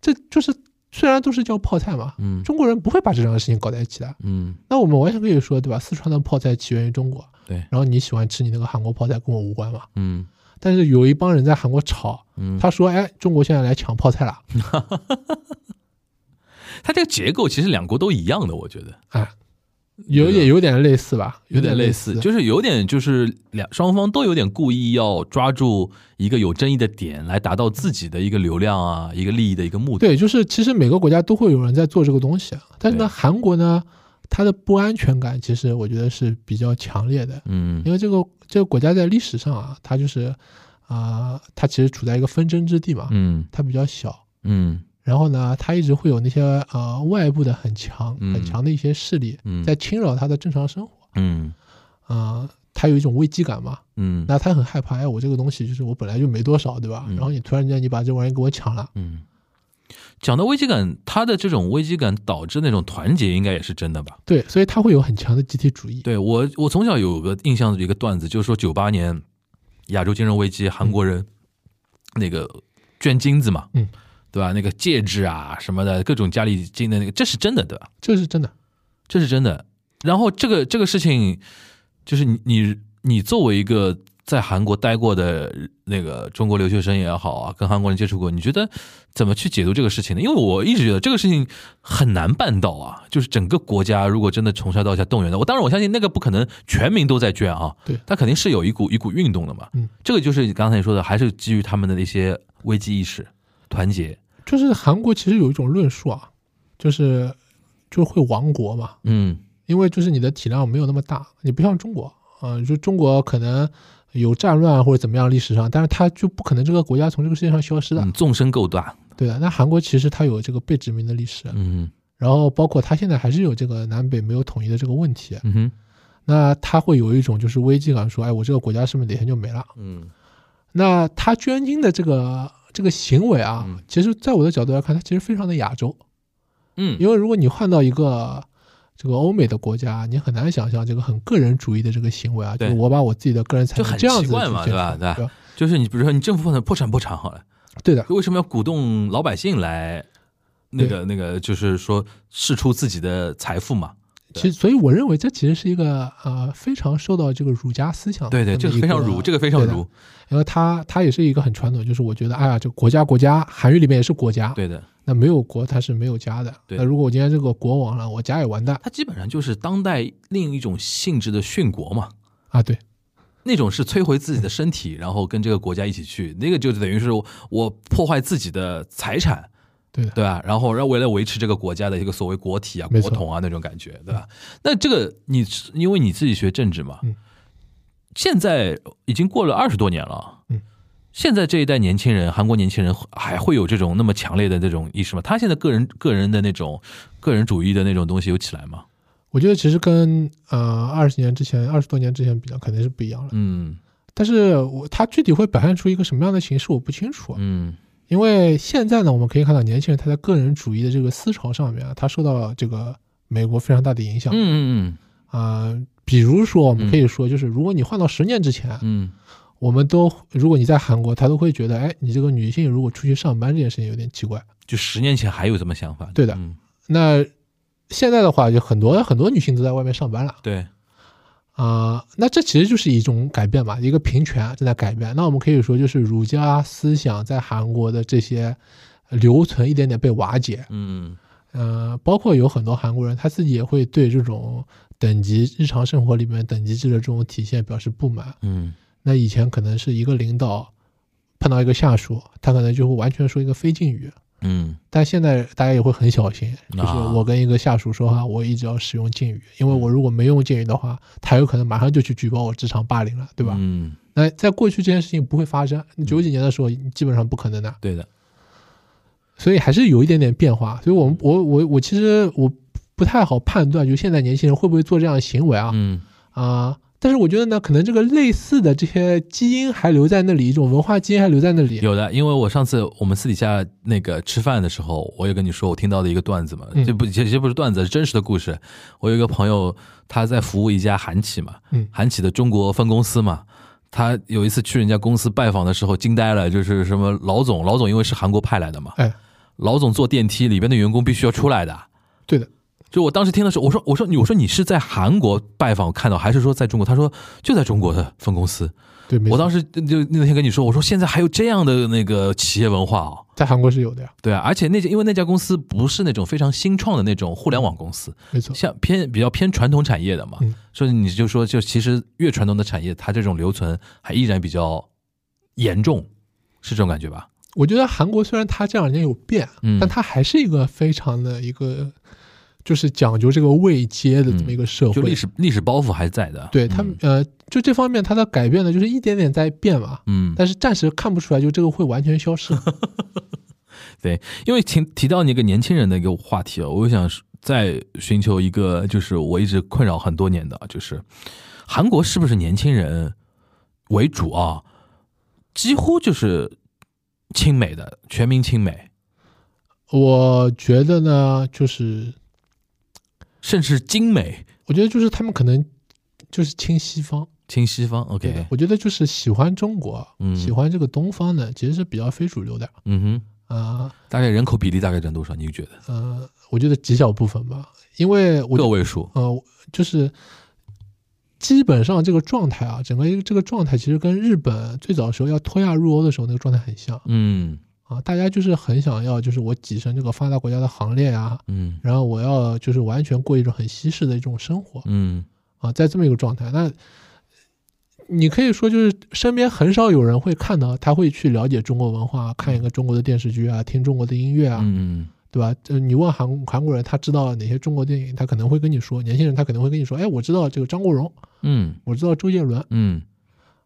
S6: 这就是虽然都是叫泡菜嘛，
S5: 嗯
S6: 中国人不会把这两个事情搞在一起的。
S5: 嗯
S6: 那我们完全可以说，对吧？四川的泡菜起源于中国，
S5: 对
S6: 然后你喜欢吃你那个韩国泡菜，跟我无关嘛。
S5: 嗯
S6: 但是有一帮人在韩国吵，
S5: 嗯，
S6: 他说：“哎，中国现在来抢泡菜了。
S5: 它这个结构其实两国都一样的，我觉得”
S6: 哎，有
S5: 对的
S6: 也有点类似吧，有
S5: 点
S6: 类
S5: 似，就是有点就是两双方都有点故意要抓住一个有争议的点来达到自己的一个流量啊、一个利益的一个目的。
S6: 对，就是其实每个国家都会有人在做这个东西，啊但是呢，
S5: 对
S6: 韩国呢，它的不安全感其实我觉得是比较强烈的，
S5: 嗯
S6: 因为这个这个国家在历史上啊，它就是啊、它其实处在一个纷争之地嘛，
S5: 嗯
S6: 它比较小，
S5: 嗯
S6: 然后呢，它一直会有那些呃外部的很强
S5: 嗯
S6: 很强的一些势力
S5: 嗯
S6: 在侵扰它的正常生活
S5: 嗯
S6: 啊。它有一种危机感嘛，
S5: 嗯
S6: 那它很害怕，哎，我这个东西就是我本来就没多少，对吧？
S5: 嗯
S6: 然后你突然间你把这玩意儿给我抢了，
S5: 嗯。讲到危机感，他的这种危机感导致那种团结，应该也是真的吧？
S6: 对，所以它会有很强的集体主义。
S5: 对我，我从小有个印象的一个段子，就是说九八年亚洲金融危机，韩国人那个捐金子嘛，
S6: 嗯，
S5: 对吧？那个戒指啊什么的，各种家里金的那个，这是真的，对吧？
S6: 这是真的。
S5: 这是真的。然后这个这个事情，就是你你你作为一个在韩国待过的那个中国留学生也好啊，跟韩国人接触过，你觉得怎么去解读这个事情呢？因为我一直觉得这个事情很难办到啊，就是整个国家如果真的从上到下动员的，我当然我相信那个不可能全民都在捐啊，
S6: 对
S5: 他肯定是有一股一股运动的嘛。
S6: 嗯，
S5: 这个就是刚才你说的，还是基于他们的一些危机意识、团结。
S6: 就是韩国其实有一种论述啊，就是就是会亡国嘛，
S5: 嗯
S6: 因为就是你的体量没有那么大，你不像中国啊、啊、就中国可能有战乱或者怎么样历史上，但是它就不可能这个国家从这个世界上消失的，
S5: 嗯，纵深够大，
S6: 对的。那韩国其实它有这个被殖民的历史，
S5: 嗯
S6: 然后包括它现在还是有这个南北没有统一的这个问题，
S5: 嗯哼，
S6: 那它会有一种就是危机感，说，哎，我这个国家是不是哪天就没了？
S5: 嗯
S6: 那他捐精的这个这个行为啊，
S5: 嗯
S6: 其实在我的角度来看，它其实非常的亚洲，
S5: 嗯，
S6: 因为如果你换到一个这个欧美的国家，你很难想象这个很个人主义的这个行为啊，就
S5: 对
S6: 是我把我自己的个人财
S5: 就
S6: 产
S5: 很
S6: 这样子
S5: 奇怪嘛
S6: 去
S5: 对吧
S6: 建
S5: 对吧
S6: 设对吧？
S5: 就是你比如说你政府破产破产破产好了，
S6: 对的，
S5: 为什么要鼓动老百姓来那个那个，就是说试出自己的财富嘛？
S6: 其实所以我认为这其实是一个呃非常受到这个儒家思想
S5: 对对，这
S6: 这
S5: 个
S6: 么一
S5: 非常儒，这个非常
S6: 对的
S5: 儒，
S6: 然后他他也是一个很传统，就是我觉得，哎呀，这国家国家，韩语里面也是国家，
S5: 对的。
S6: 那没有国它是没有家的。
S5: 对
S6: 那如果我今天这个国亡了，我家也完蛋
S5: 它基本上就是当代另一种性质的殉国嘛，
S6: 啊！对
S5: 那种是摧毁自己的身体，然后跟这个国家一起去，那个就等于是我我破坏自己的财产，
S6: 对的，
S5: 对吧？然后让为了维持这个国家的一个所谓国体啊、
S6: 没
S5: 国
S6: 错
S5: 统啊那种感觉，对吧？那这个你是因为你自己学政治嘛，
S6: 嗯
S5: 现在已经过了二十多年了，
S6: 嗯
S5: 现在这一代年轻人，韩国年轻人还会有这种那么强烈的这种意识吗？他现在个人个人的那种个人主义的那种东西有起来吗？
S6: 我觉得其实跟呃二十年之前、二十多年之前比较，肯定是不一样了。
S5: 嗯
S6: 但是我它具体会表现出一个什么样的形式，我不清楚。
S5: 嗯
S6: 因为现在呢，我们可以看到年轻人他在个人主义的这个思潮上面啊，他受到这个美国非常大的影
S5: 嗯
S6: 响
S5: 嗯
S6: 啊、比如说，我们可以说，就是如果你换到十年之前，
S5: 嗯
S6: 我们都如果你在韩国，他都会觉得，哎，你这个女性如果出去上班这件事情有点奇怪。
S5: 嗯，就十年前还有这么想法，
S6: 对的
S5: 嗯
S6: 那现在的话，就很多很多女性都在外面上班了
S5: 对，
S6: 啊、那这其实就是一种改变嘛，一个平权正在改变。那我们可以说，就是儒家思想在韩国的这些留存一点点被瓦解。
S5: 嗯
S6: 呃，包括有很多韩国人他自己也会对这种等级日常生活里面等级制的这种体现表示不满。
S5: 嗯
S6: 那以前可能是一个领导碰到一个下属，他可能就会完全说一个非敬语，
S5: 嗯
S6: 但现在大家也会很小心，就是
S5: 啊
S6: 我跟一个下属说话，我一直要使用敬语，因为
S5: 嗯
S6: 我如果没用敬语的话，他有可能马上就去举报我职场霸凌了，对吧？
S5: 嗯，
S6: 那在过去这件事情不会发生，九几年的时候基本上不可能的，
S5: 对的，
S6: 所以还是有一点点变化。所以我们我我我其实我不太好判断，就现在年轻人会不会做这样的行为啊？
S5: 嗯
S6: 啊、但是我觉得呢，可能这个类似的这些基因还留在那里，一种文化基因还留在那里。
S5: 有的，因为我上次我们私底下那个吃饭的时候，我也跟你说我听到的一个段子嘛，
S6: 嗯
S5: 这不这这不是段子，是真实的故事。我有一个朋友，他在服务一家韩企嘛，
S6: 嗯
S5: 韩企的中国分公司嘛。他有一次去人家公司拜访的时候，惊呆了，就是什么老总，老总因为是韩国派来的嘛，
S6: 哎，
S5: 老总坐电梯里边的员工必须要出来的。
S6: 对的，
S5: 就我当时听的时候，我说我说你我说你是在韩国拜访看到，还是说在中国？他说就在中国的分公司。
S6: 对，没错
S5: 我当时就那天跟你说，我说现在还有这样的那个企业文化哦。
S6: 在韩国是有的呀，
S5: 对啊，而且那家因为那家公司不是那种非常新创的那种互联网公司，
S6: 没错，
S5: 像偏比较偏传统产业的嘛，
S6: 嗯
S5: 所以你就说，就其实越传统的产业，它这种留存还依然比较严重，是这种感觉吧？
S6: 我觉得韩国虽然它这两年有变，
S5: 嗯
S6: 但它还是一个非常的一个，就是讲究这个位阶的这么一个社
S5: 嗯就
S6: 会。
S5: 历史历史包袱还在的，嗯
S6: 对他们、呃，就这方面它的改变呢，就是一点点在变嘛。
S5: 嗯，嗯，
S6: 但是暂时看不出来，就这个会完全
S5: [laughs]
S6: 消失。
S5: 对，因为提提到那个年轻人的一个话题哦，我想再寻求一个，就是我一直困扰很多年的，就是韩国是不是年轻人为主啊？几乎就是亲美的，全民亲美，
S6: 我觉得呢，就是
S5: 甚至精美，
S6: 我觉得就是他们可能就是亲西方，
S5: 亲西方。
S6: 对的
S5: OK，
S6: 我觉得就是喜欢中国，
S5: 嗯
S6: 喜欢这个东方的，其实是比较非主流的
S5: 嗯哼，
S6: 啊
S5: 大概人口比例大概占多少？你觉得？
S6: 呃我觉得极小部分吧，因为我
S5: 个位数。
S6: 呃，就是基本上这个状态啊，整个一个这个状态其实跟日本最早时候要脱亚入欧的时候那个状态很像
S5: 嗯
S6: 啊，大家就是很想要，就是我跻身这个发达国家的行列啊，
S5: 嗯
S6: 然后我要就是完全过一种很西式的一种生活
S5: 嗯
S6: 啊，在这么一个状态，那。你可以说，就是身边很少有人会看到，他会去了解中国文化，看一个中国的电视剧啊，听中国的音乐啊，
S5: 嗯
S6: 对吧？呃，你问韩韩国人，他知道哪些中国电影，他可能会跟你说；年轻人他可能会跟你说，哎，我知道这个张国荣，
S5: 嗯嗯
S6: 我知道周杰伦
S5: 嗯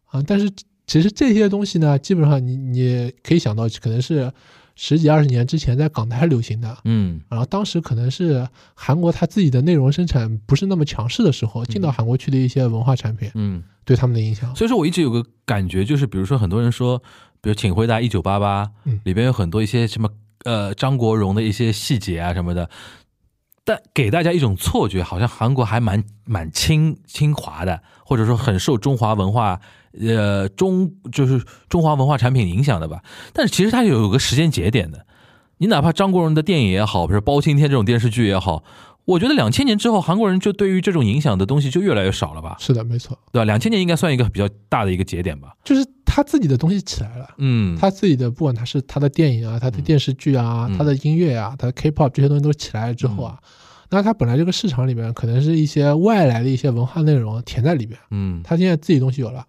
S6: 啊，但是其实这些东西呢，基本上你你可以想到，可能是十几二十年之前在港台流行的，
S5: 嗯
S6: 然后当时可能是韩国他自己的内容生产不是那么强势的时候，进到韩国去的一些文化产品
S5: 嗯。
S6: 对他们的影响。
S5: 所以说我一直有个感觉，就是比如说很多人说，比如请回答一九八八
S6: 嗯，
S5: 里边有很多一些什么呃张国荣的一些细节啊什么的，但给大家一种错觉，好像韩国还蛮蛮清清华的，或者说很受中华文化呃中就是中华文化产品影响的吧。但是其实它有个时间节点的，你哪怕张国荣的电影也好，不是包青天这种电视剧也好。我觉得两千年之后，韩国人就对于这种影响的东西就越来越少了吧？
S6: 是的，没错，
S5: 对吧？两千年应该算一个比较大的一个节点吧。
S6: 就是他自己的东西起来了。
S5: 嗯，
S6: 他自己的，不管他是他的电影啊，他的电视剧啊，
S5: 嗯
S6: 他的音乐啊，他的 K-pop 这些东西都起来了之后啊，那他本来这个市场里面可能是一些外来的一些文化内容填在里面，
S5: 嗯
S6: 他现在自己东西有了，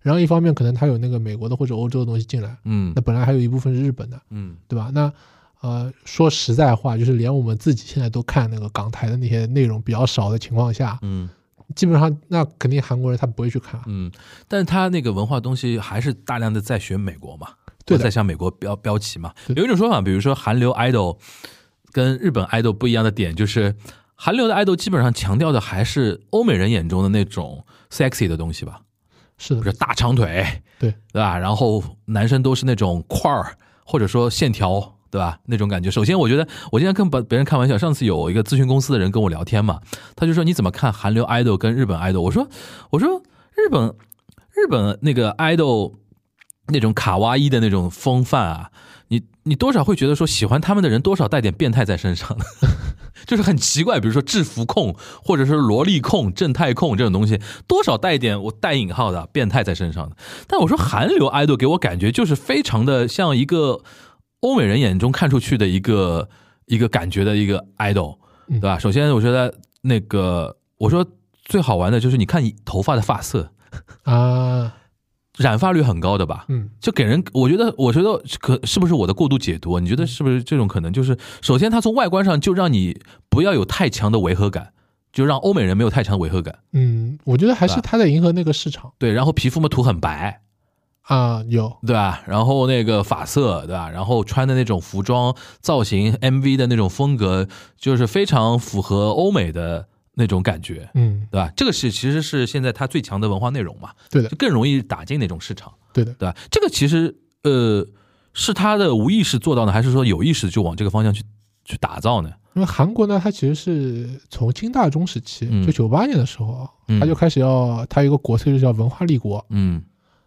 S6: 然后一方面可能他有那个美国的或者欧洲的东西进来，
S5: 嗯
S6: 那本来还有一部分是日本的，
S5: 嗯
S6: 对吧？那呃，说实在话，就是连我们自己现在都看那个港台的那些内容比较少的情况下，
S5: 嗯
S6: 基本上那肯定韩国人他不会去看，啊
S5: 嗯，但是他那个文化东西还是大量的在学美国嘛，
S6: 对
S5: 或者
S6: 的
S5: 在向美国标标旗嘛。
S6: 对
S5: 有一种说法，比如说韩流 idol 跟日本 idol 不一样的点就是。韩流的 idol 基本上强调的还是欧美人眼中的那种 sexy 的东西吧，
S6: 是
S5: 比如
S6: 的，
S5: 大长腿，
S6: 对
S5: 对吧？然后男生都是那种块儿或者说线条，对吧？那种感觉。首先，我觉得我经常跟别别人开玩笑，上次有一个咨询公司的人跟我聊天嘛，他就说你怎么看韩流 idol 跟日本 idol？我说我说日本日本那个 idol 那种卡哇伊的那种风范啊，你你多少会觉得说喜欢他们的人多少带点变态在身上。就是很奇怪，比如说制服控，或者是萝莉控、正太控这种东西，多少带一点我带引号的变态在身上的。但我说韩流 idol 给我感觉就是非常的像一个欧美人眼中看出去的一个一个感觉的一个 idol，
S6: 嗯
S5: 对吧？首先，我觉得那个我说最好玩的就是你看你头发的发色，
S6: 啊，
S5: 染发率很高的吧？
S6: 嗯，
S5: 就给人，我觉得，我觉得可是不是我的过度解读啊？你觉
S6: 嗯
S5: 得是不是这种可能？就是首先，它从外观上就让你不要有太强的违和感，就让欧美人没有太强的违和感。
S6: 嗯，我觉得还
S5: 对
S6: 是
S5: 吧
S6: 他在迎合那个市场
S5: 对，然后皮肤嘛涂很白，
S6: 啊，有
S5: 对吧？然后那个发色，对吧？然后穿的那种服装造型、MV 的那种风格，就是非常符合欧美的那种感觉，
S6: 嗯，
S5: 对吧？这个是其实是现在它最强的文化内容嘛，
S6: 对的
S5: 就，更容易打进那种市场。
S6: 对的，
S5: 对吧？这个其实呃，是他的无意识做到呢，还是说有意识就往这个方向去去打造呢？
S6: 因为韩国呢，它其实是从清大中时期，
S5: 嗯
S6: 就九八年的时候，
S5: 嗯
S6: 它就开始要，它有一个国策就叫文化立国，
S5: 嗯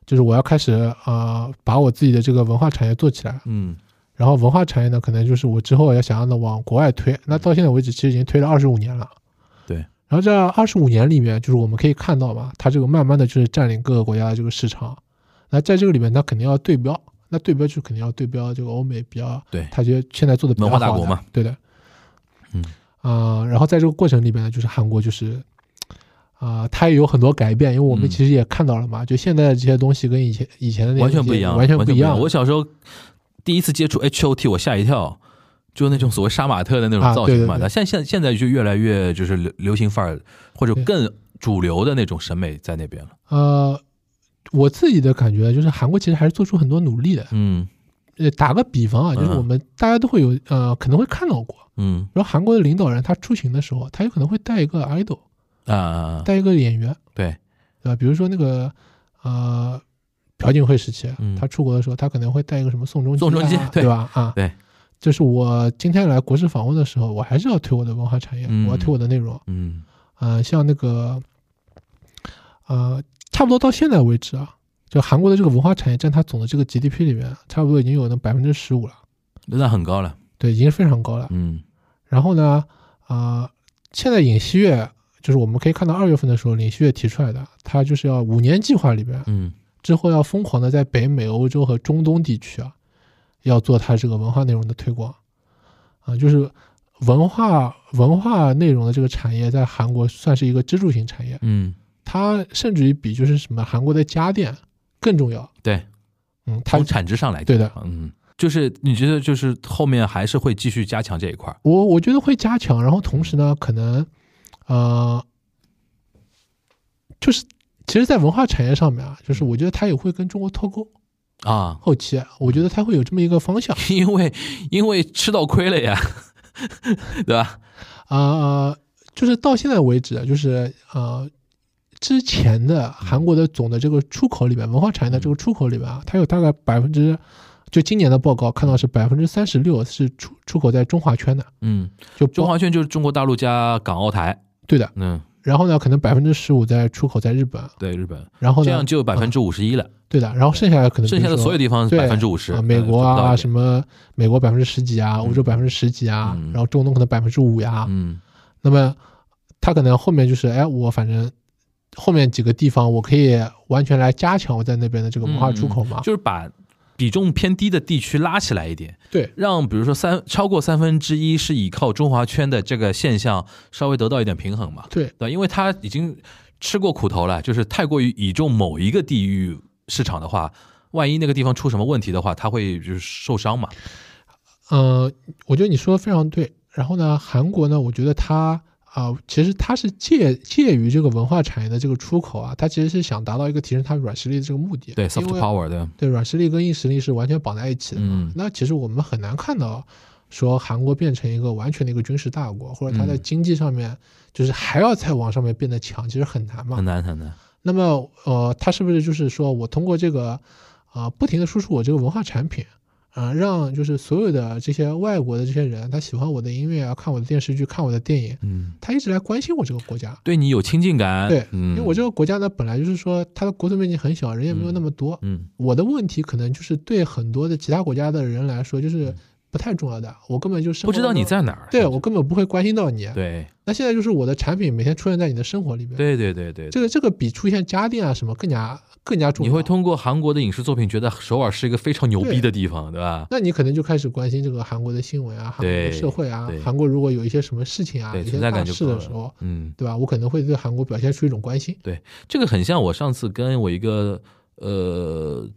S6: 就是我要开始呃，把我自己的这个文化产业做起来，
S5: 嗯
S6: 然后文化产业呢，可能就是我之后要想要的往国外推。那到现在为止，其实已经推了二十五年了。
S5: 对
S6: 然后这二十五年里面，就是我们可以看到嘛，它这个慢慢的就是占领各个国家的这个市场。那在这个里面，它肯定要对标，那对标就肯定要对标这个欧美比较，
S5: 对
S6: 它觉得现在做的比较
S5: 文
S6: 好
S5: 化
S6: 的
S5: 大国嘛，
S6: 对的，
S5: 嗯
S6: 啊、然后在这个过程里边呢，就是韩国就是。啊、它也有很多改变，因为我们
S5: 嗯
S6: 其实也看到了嘛，就现在的这些东西跟以前以前的那
S5: 完全
S6: 些
S5: 不一样，
S6: 完全
S5: 不
S6: 不一样。
S5: 我小时候第一次接触 H O T，我吓一跳。就那种所谓杀马特的那种
S6: 啊
S5: 造型嘛，
S6: 对对对
S5: 那现现现在就越来越就是流流行范儿，或者
S6: 对
S5: 更主流的那种审美在那边了。
S6: 呃，我自己的感觉就是韩国其实还是做出很多努力的。
S5: 嗯
S6: 呃，打个比方啊，就是
S5: 嗯
S6: 我们大家都会有呃，可能会看到过，
S5: 嗯
S6: 然后韩国的领导人他出行的时候，他有可能会带一个 idol，
S5: 啊啊，啊
S6: 带一个演员，
S5: 对，
S6: 对吧？比如说那个呃，朴槿惠时期啊
S5: 嗯，
S6: 他出国的时候，他可能会带一个什么宋仲基、啊，
S5: 宋仲基对
S6: 对吧？啊，
S5: 对。
S6: 就是我今天来国事访问的时候，我还是要推我的文化产业，
S5: 嗯
S6: 我要推我的内容。
S5: 嗯
S6: 呃，像那个，呃，差不多到现在为止啊，就韩国的这个文化产业占它总的这个 GDP 里面，差不多已经有那百分之十五了，
S5: 那很高了。
S6: 对，已经非常高了。
S5: 嗯
S6: 然后呢，呃，现在尹锡悦就是我们可以看到二月份的时候，尹锡悦提出来的，他就是要五年计划里边
S5: 嗯
S6: 之后要疯狂的在北美、欧洲和中东地区啊，要做它这个文化内容的推广，啊、就是文化文化内容的这个产业在韩国算是一个支柱型产业。
S5: 嗯，
S6: 它甚至于比就是什么韩国的家电更重要。
S5: 对，
S6: 嗯，它
S5: 从产值上来
S6: 对
S5: 讲，
S6: 的，
S5: 嗯，就是你觉得就是后面还是会继续加强这一块儿，
S6: 我我觉得会加强，然后同时呢，可能呃，就是其实，在文化产业上面啊，就是我觉得它也会跟中国脱钩。
S5: 啊，
S6: 后期啊我觉得它会有这么一个方向
S5: [laughs] 因为因为吃到亏了呀， [laughs] 对吧？
S6: 啊、呃就是到现在为止啊，就是呃，之前的韩国的总的这个出口里面，文化产业的这个出口里面啊，它有大概百分之，就今年的报告看到是百分之三十六是出出口在中华圈的，
S5: 嗯，
S6: 就包
S5: 中华圈就是中国大陆加港澳台，
S6: 对的。
S5: 嗯，
S6: 然后呢，可能百分之十五在出口在日本，
S5: 对日本，
S6: 然后呢，
S5: 这样就百分之五十一了，
S6: 对的，然后剩下的可能
S5: 剩下的所有
S6: 地
S5: 地方
S6: 对
S5: 百分之五十嗯
S6: 啊，，美国啊，什
S5: 么，
S6: 么美国百分之十几啊，欧洲百分之十几啊，
S5: 嗯
S6: 然后中东可能百分之五呀，
S5: 嗯
S6: 那么他可能后面就是，哎，我反正后面几个地方我可以完全来加强我在那边的这个文化出口嘛。
S5: 嗯就是把比重偏低的地区拉起来一点，
S6: 对
S5: 让比如说三超过三分之一是倚靠中华圈的这个现象稍微得到一点平衡嘛，
S6: 对
S5: 对吧，因为他已经吃过苦头了，就是太过于倚重某一个地域市场的话，万一那个地方出什么问题的话，他会就是受伤嘛。
S6: 嗯、我觉得你说的非常对。然后呢，韩国呢，我觉得它啊、其实它是介介于这个文化产业的这个出口啊，它其实是想达到一个提升它软实力的这个目的。
S5: 对
S6: 因
S5: ，soft
S6: 为
S5: power 的，
S6: 对软实力跟硬实力是完全绑在一起的。
S5: 嗯
S6: 那其实我们很难看到说韩国变成一个完全的一个军事大国，或者它在
S5: 嗯
S6: 经济上面就是还要再往上面变得强，其实很难嘛
S5: 很。难很难。
S6: 那么呃，它是不是就是说我通过这个啊、呃不停的输出我这个文化产品啊、让就是所有的这些外国的这些人，他喜欢我的音乐啊，看我的电视剧，看我的电影，
S5: 嗯，
S6: 他一直来关心我这个国家。
S5: 对你有亲近感。
S6: 对，
S5: 嗯，
S6: 因为我这个国家呢，本来就是说它的国土面积很小，人也没有那么多，
S5: 嗯
S6: 我的问题可能就是对很多的其他国家的人来说就是不太重要的，我根本就生活
S5: 嗯不知道你
S6: 中，
S5: 在哪儿。
S6: 对我根本不会关心到你。，
S5: 对
S6: 那现在就是我的产品每天出现在你的生活里面，
S5: 对对对对
S6: 这个这个比出现家电啊什么更加更加重
S5: 你
S6: 要。
S5: 会通过韩国的影视作品觉得首尔是一个非常牛逼的地方，对吧？
S6: 那你可能就开始关心这个韩国的新闻啊，韩国
S5: 对
S6: 的社会啊
S5: 对，
S6: 韩国如果有一些什么事情啊，
S5: 对，
S6: 一些
S5: 存在
S6: 大
S5: 感就
S6: 事
S5: 够
S6: 的时候
S5: 了，。嗯，
S6: 对吧？我可能会对韩国表现出一种关心。
S5: 对，这个很像我上次跟我一个呃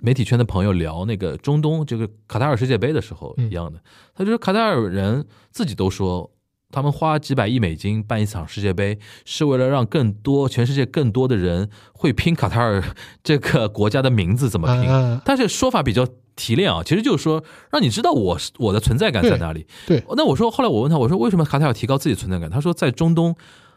S5: 媒体圈的朋友聊那个中东这个卡塔尔世界杯的时候
S6: 嗯
S5: 一样的，他就说卡塔尔人自己都说。他们花几百亿美金办一场世界杯，是为了让更多全世界更多的人会拼卡塔尔这个国家的名字怎么拼。
S6: 啊，
S5: 但是说法比较提炼啊，其实就是说让你知道我是我的存在感在哪里。
S6: 对对
S5: 那我说后来我问他，我说为什么卡塔尔提高自己的存在感？他说在中东，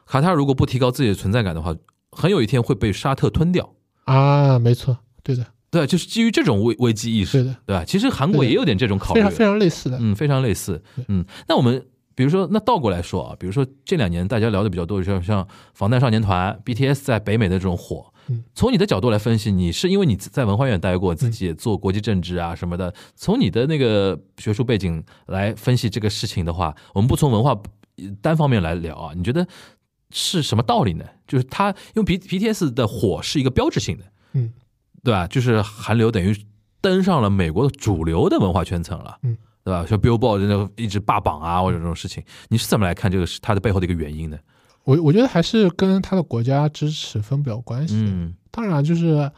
S5: 卡塔尔如果不提高自己的存在感的话，很有一天会被沙特吞掉。
S6: 啊，没错，对的，
S5: 对，就是基于这种危危机意
S6: 对
S5: 识，
S6: 的，
S5: 对吧？其实韩国
S6: 对的
S5: 也有点这种考虑
S6: 非，常非常类似的。
S5: 嗯，非常类似
S6: 对，
S5: 嗯。那我们比如说，那倒过来说啊，比如说这两年大家聊的比较多，像像防弹少年团、BTS 在北美的这种火
S6: 嗯，
S5: 从你的角度来分析，你是因为你在文化院待过，自己也做国际政治啊什么的，从你的那个学术背景来分析这个事情的话，我们不从文化呃单方面来聊啊，你觉得是什么道理呢？就是它因为 B BTS 的火是一个标志性的，
S6: 嗯，
S5: 对吧？就是韩流等于登上了美国的主流的文化圈层了，
S6: 嗯，
S5: 对吧？像 Billboard 那种一直霸榜啊，或者这种事情，你是怎么来看这个是它的背后的一个原因呢？
S6: 我我觉得还是跟他的国家支持分不了关系。
S5: 嗯
S6: 当然就是，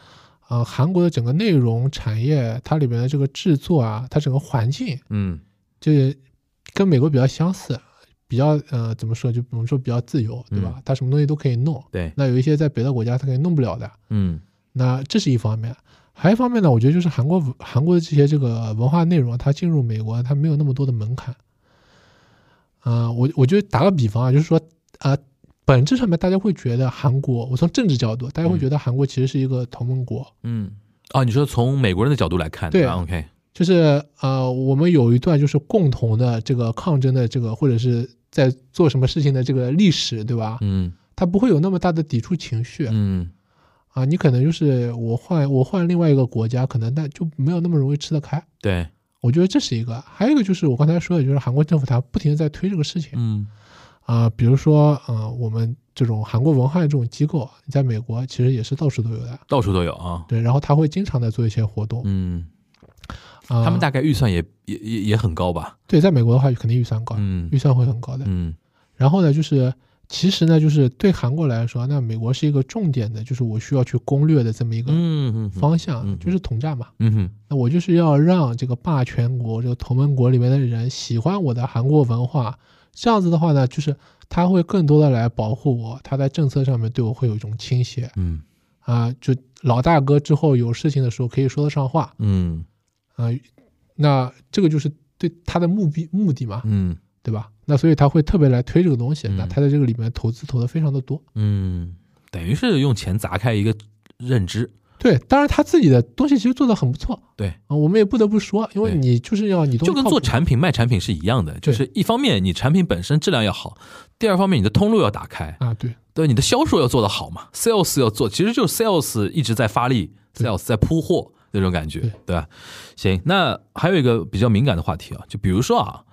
S6: 呃，韩国的整个内容产业，它里面的这个制作啊，它整个环境，
S5: 嗯
S6: 就是跟美国比较相似，比较呃怎么说，就比如说比较自由，对
S5: 嗯
S6: 吧？它什么东西都可以弄。
S5: 对
S6: 那有一些在别的国家它可以弄不了的，
S5: 嗯
S6: 那这是一方面。还有一方面呢，我觉得就是韩国文韩国的这些这个文化内容，啊它进入美国它没有那么多的门槛。啊、我我觉得打个比方啊，就是说啊、本质上面大家会觉得韩国，我从政治角度，大家会觉得韩国其实是一个同盟国，
S5: 嗯啊，你说从美国人的角度来看，
S6: 对
S5: 吧？OK，
S6: 就是呃，我们有一段就是共同的这个抗争的这个，或者是在做什么事情的这个历史，对吧？
S5: 嗯
S6: 它不会有那么大的抵触情绪
S5: 嗯
S6: 啊。你可能就是我换我换另外一个国家，可能那就没有那么容易吃得开。
S5: 对，
S6: 我觉得这是一个，还有一个就是我刚才说的，就是韩国政府它不停的在推这个事情
S5: 嗯
S6: 啊、比如说呃，我们这种韩国文化的这种机构，啊在美国其实也是到处都有的，
S5: 到处都有啊，
S6: 对，然后他会经常的做一些活动，
S5: 嗯，
S6: 啊、
S5: 他们大概预算也也也也很高吧？
S6: 对，在美国的话肯定预算高，
S5: 嗯
S6: 啊预算会很高的，
S5: 嗯
S6: 然后呢，就是其实呢，就是对韩国来说，那美国是一个重点的，就是我需要去攻略的这么一个
S5: 嗯嗯
S6: 方向，
S5: 嗯嗯
S6: 就是统战嘛。
S5: 嗯哼
S6: 那我就是要让这个霸权国、这个同盟国里面的人喜欢我的韩国文化，这样子的话呢，就是他会更多的来保护我，他在政策上面对我会有一种倾斜
S5: 嗯
S6: 啊，就老大哥之后有事情的时候可以说得上话
S5: 嗯
S6: 啊，那这个就是对他的目的目的嘛，
S5: 嗯
S6: 对吧？那所以他会特别来推这个东西，那
S5: 嗯
S6: 他在这个里面投资投的非常的多。
S5: 嗯，等于是用钱砸开一个认知，
S6: 对，当然他自己的东西其实做的很不错
S5: 对，
S6: 啊，我们也不得不说，因为
S5: 对
S6: 你就是要你东西
S5: 就跟
S6: 靠
S5: 做
S6: 谱
S5: 产品卖产品是一样的，就
S6: 对
S5: 是一方面你产品本身质量要好，第二方面你的通路要打开，
S6: 啊，对
S5: 对，你的销售要做得好嘛，sales 要做，其实就是 sales 一直在发力
S6: 对
S5: ，sales 在铺货那种感觉
S6: 对，
S5: 对吧？行，那还有一个比较敏感的话题啊，就比如说啊，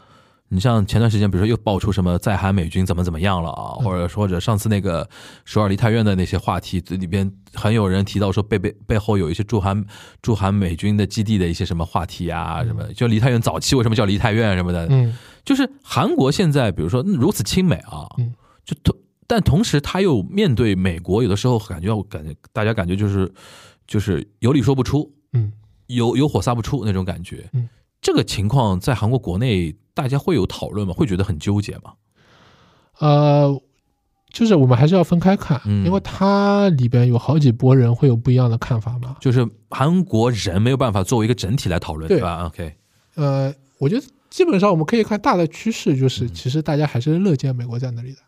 S5: 你像前段时间，比如说又爆出什么在韩美军怎么怎么样了
S6: 嗯
S5: 啊，或者说或者上次那个首尔梨泰院的那些话题这里边，很有人提到说背背背后有一些驻韩驻韩美军的基地的一些什么话题啊，什么就梨泰院早期为什么叫梨泰院什么的，
S6: 嗯，
S5: 就是韩国现在，比如说如此亲美啊，
S6: 嗯
S5: 就同但同时他又面对美国，有的时候感觉感觉大家感觉就是就是有理说不出，
S6: 嗯，
S5: 有有火撒不出那种感觉。
S6: 嗯，
S5: 这个情况在韩国国内大家会有讨论吗？会觉得很纠结吗？
S6: 呃，就是我们还是要分开看，
S5: 嗯
S6: 因为它里边有好几波人会有不一样的看法嘛。
S5: 就是韩国人没有办法作为一个整体来讨论，
S6: 对
S5: 对吧？OK，
S6: 呃，我觉得基本上我们可以看大的趋势，就是其实大家还是乐见美国在那里的，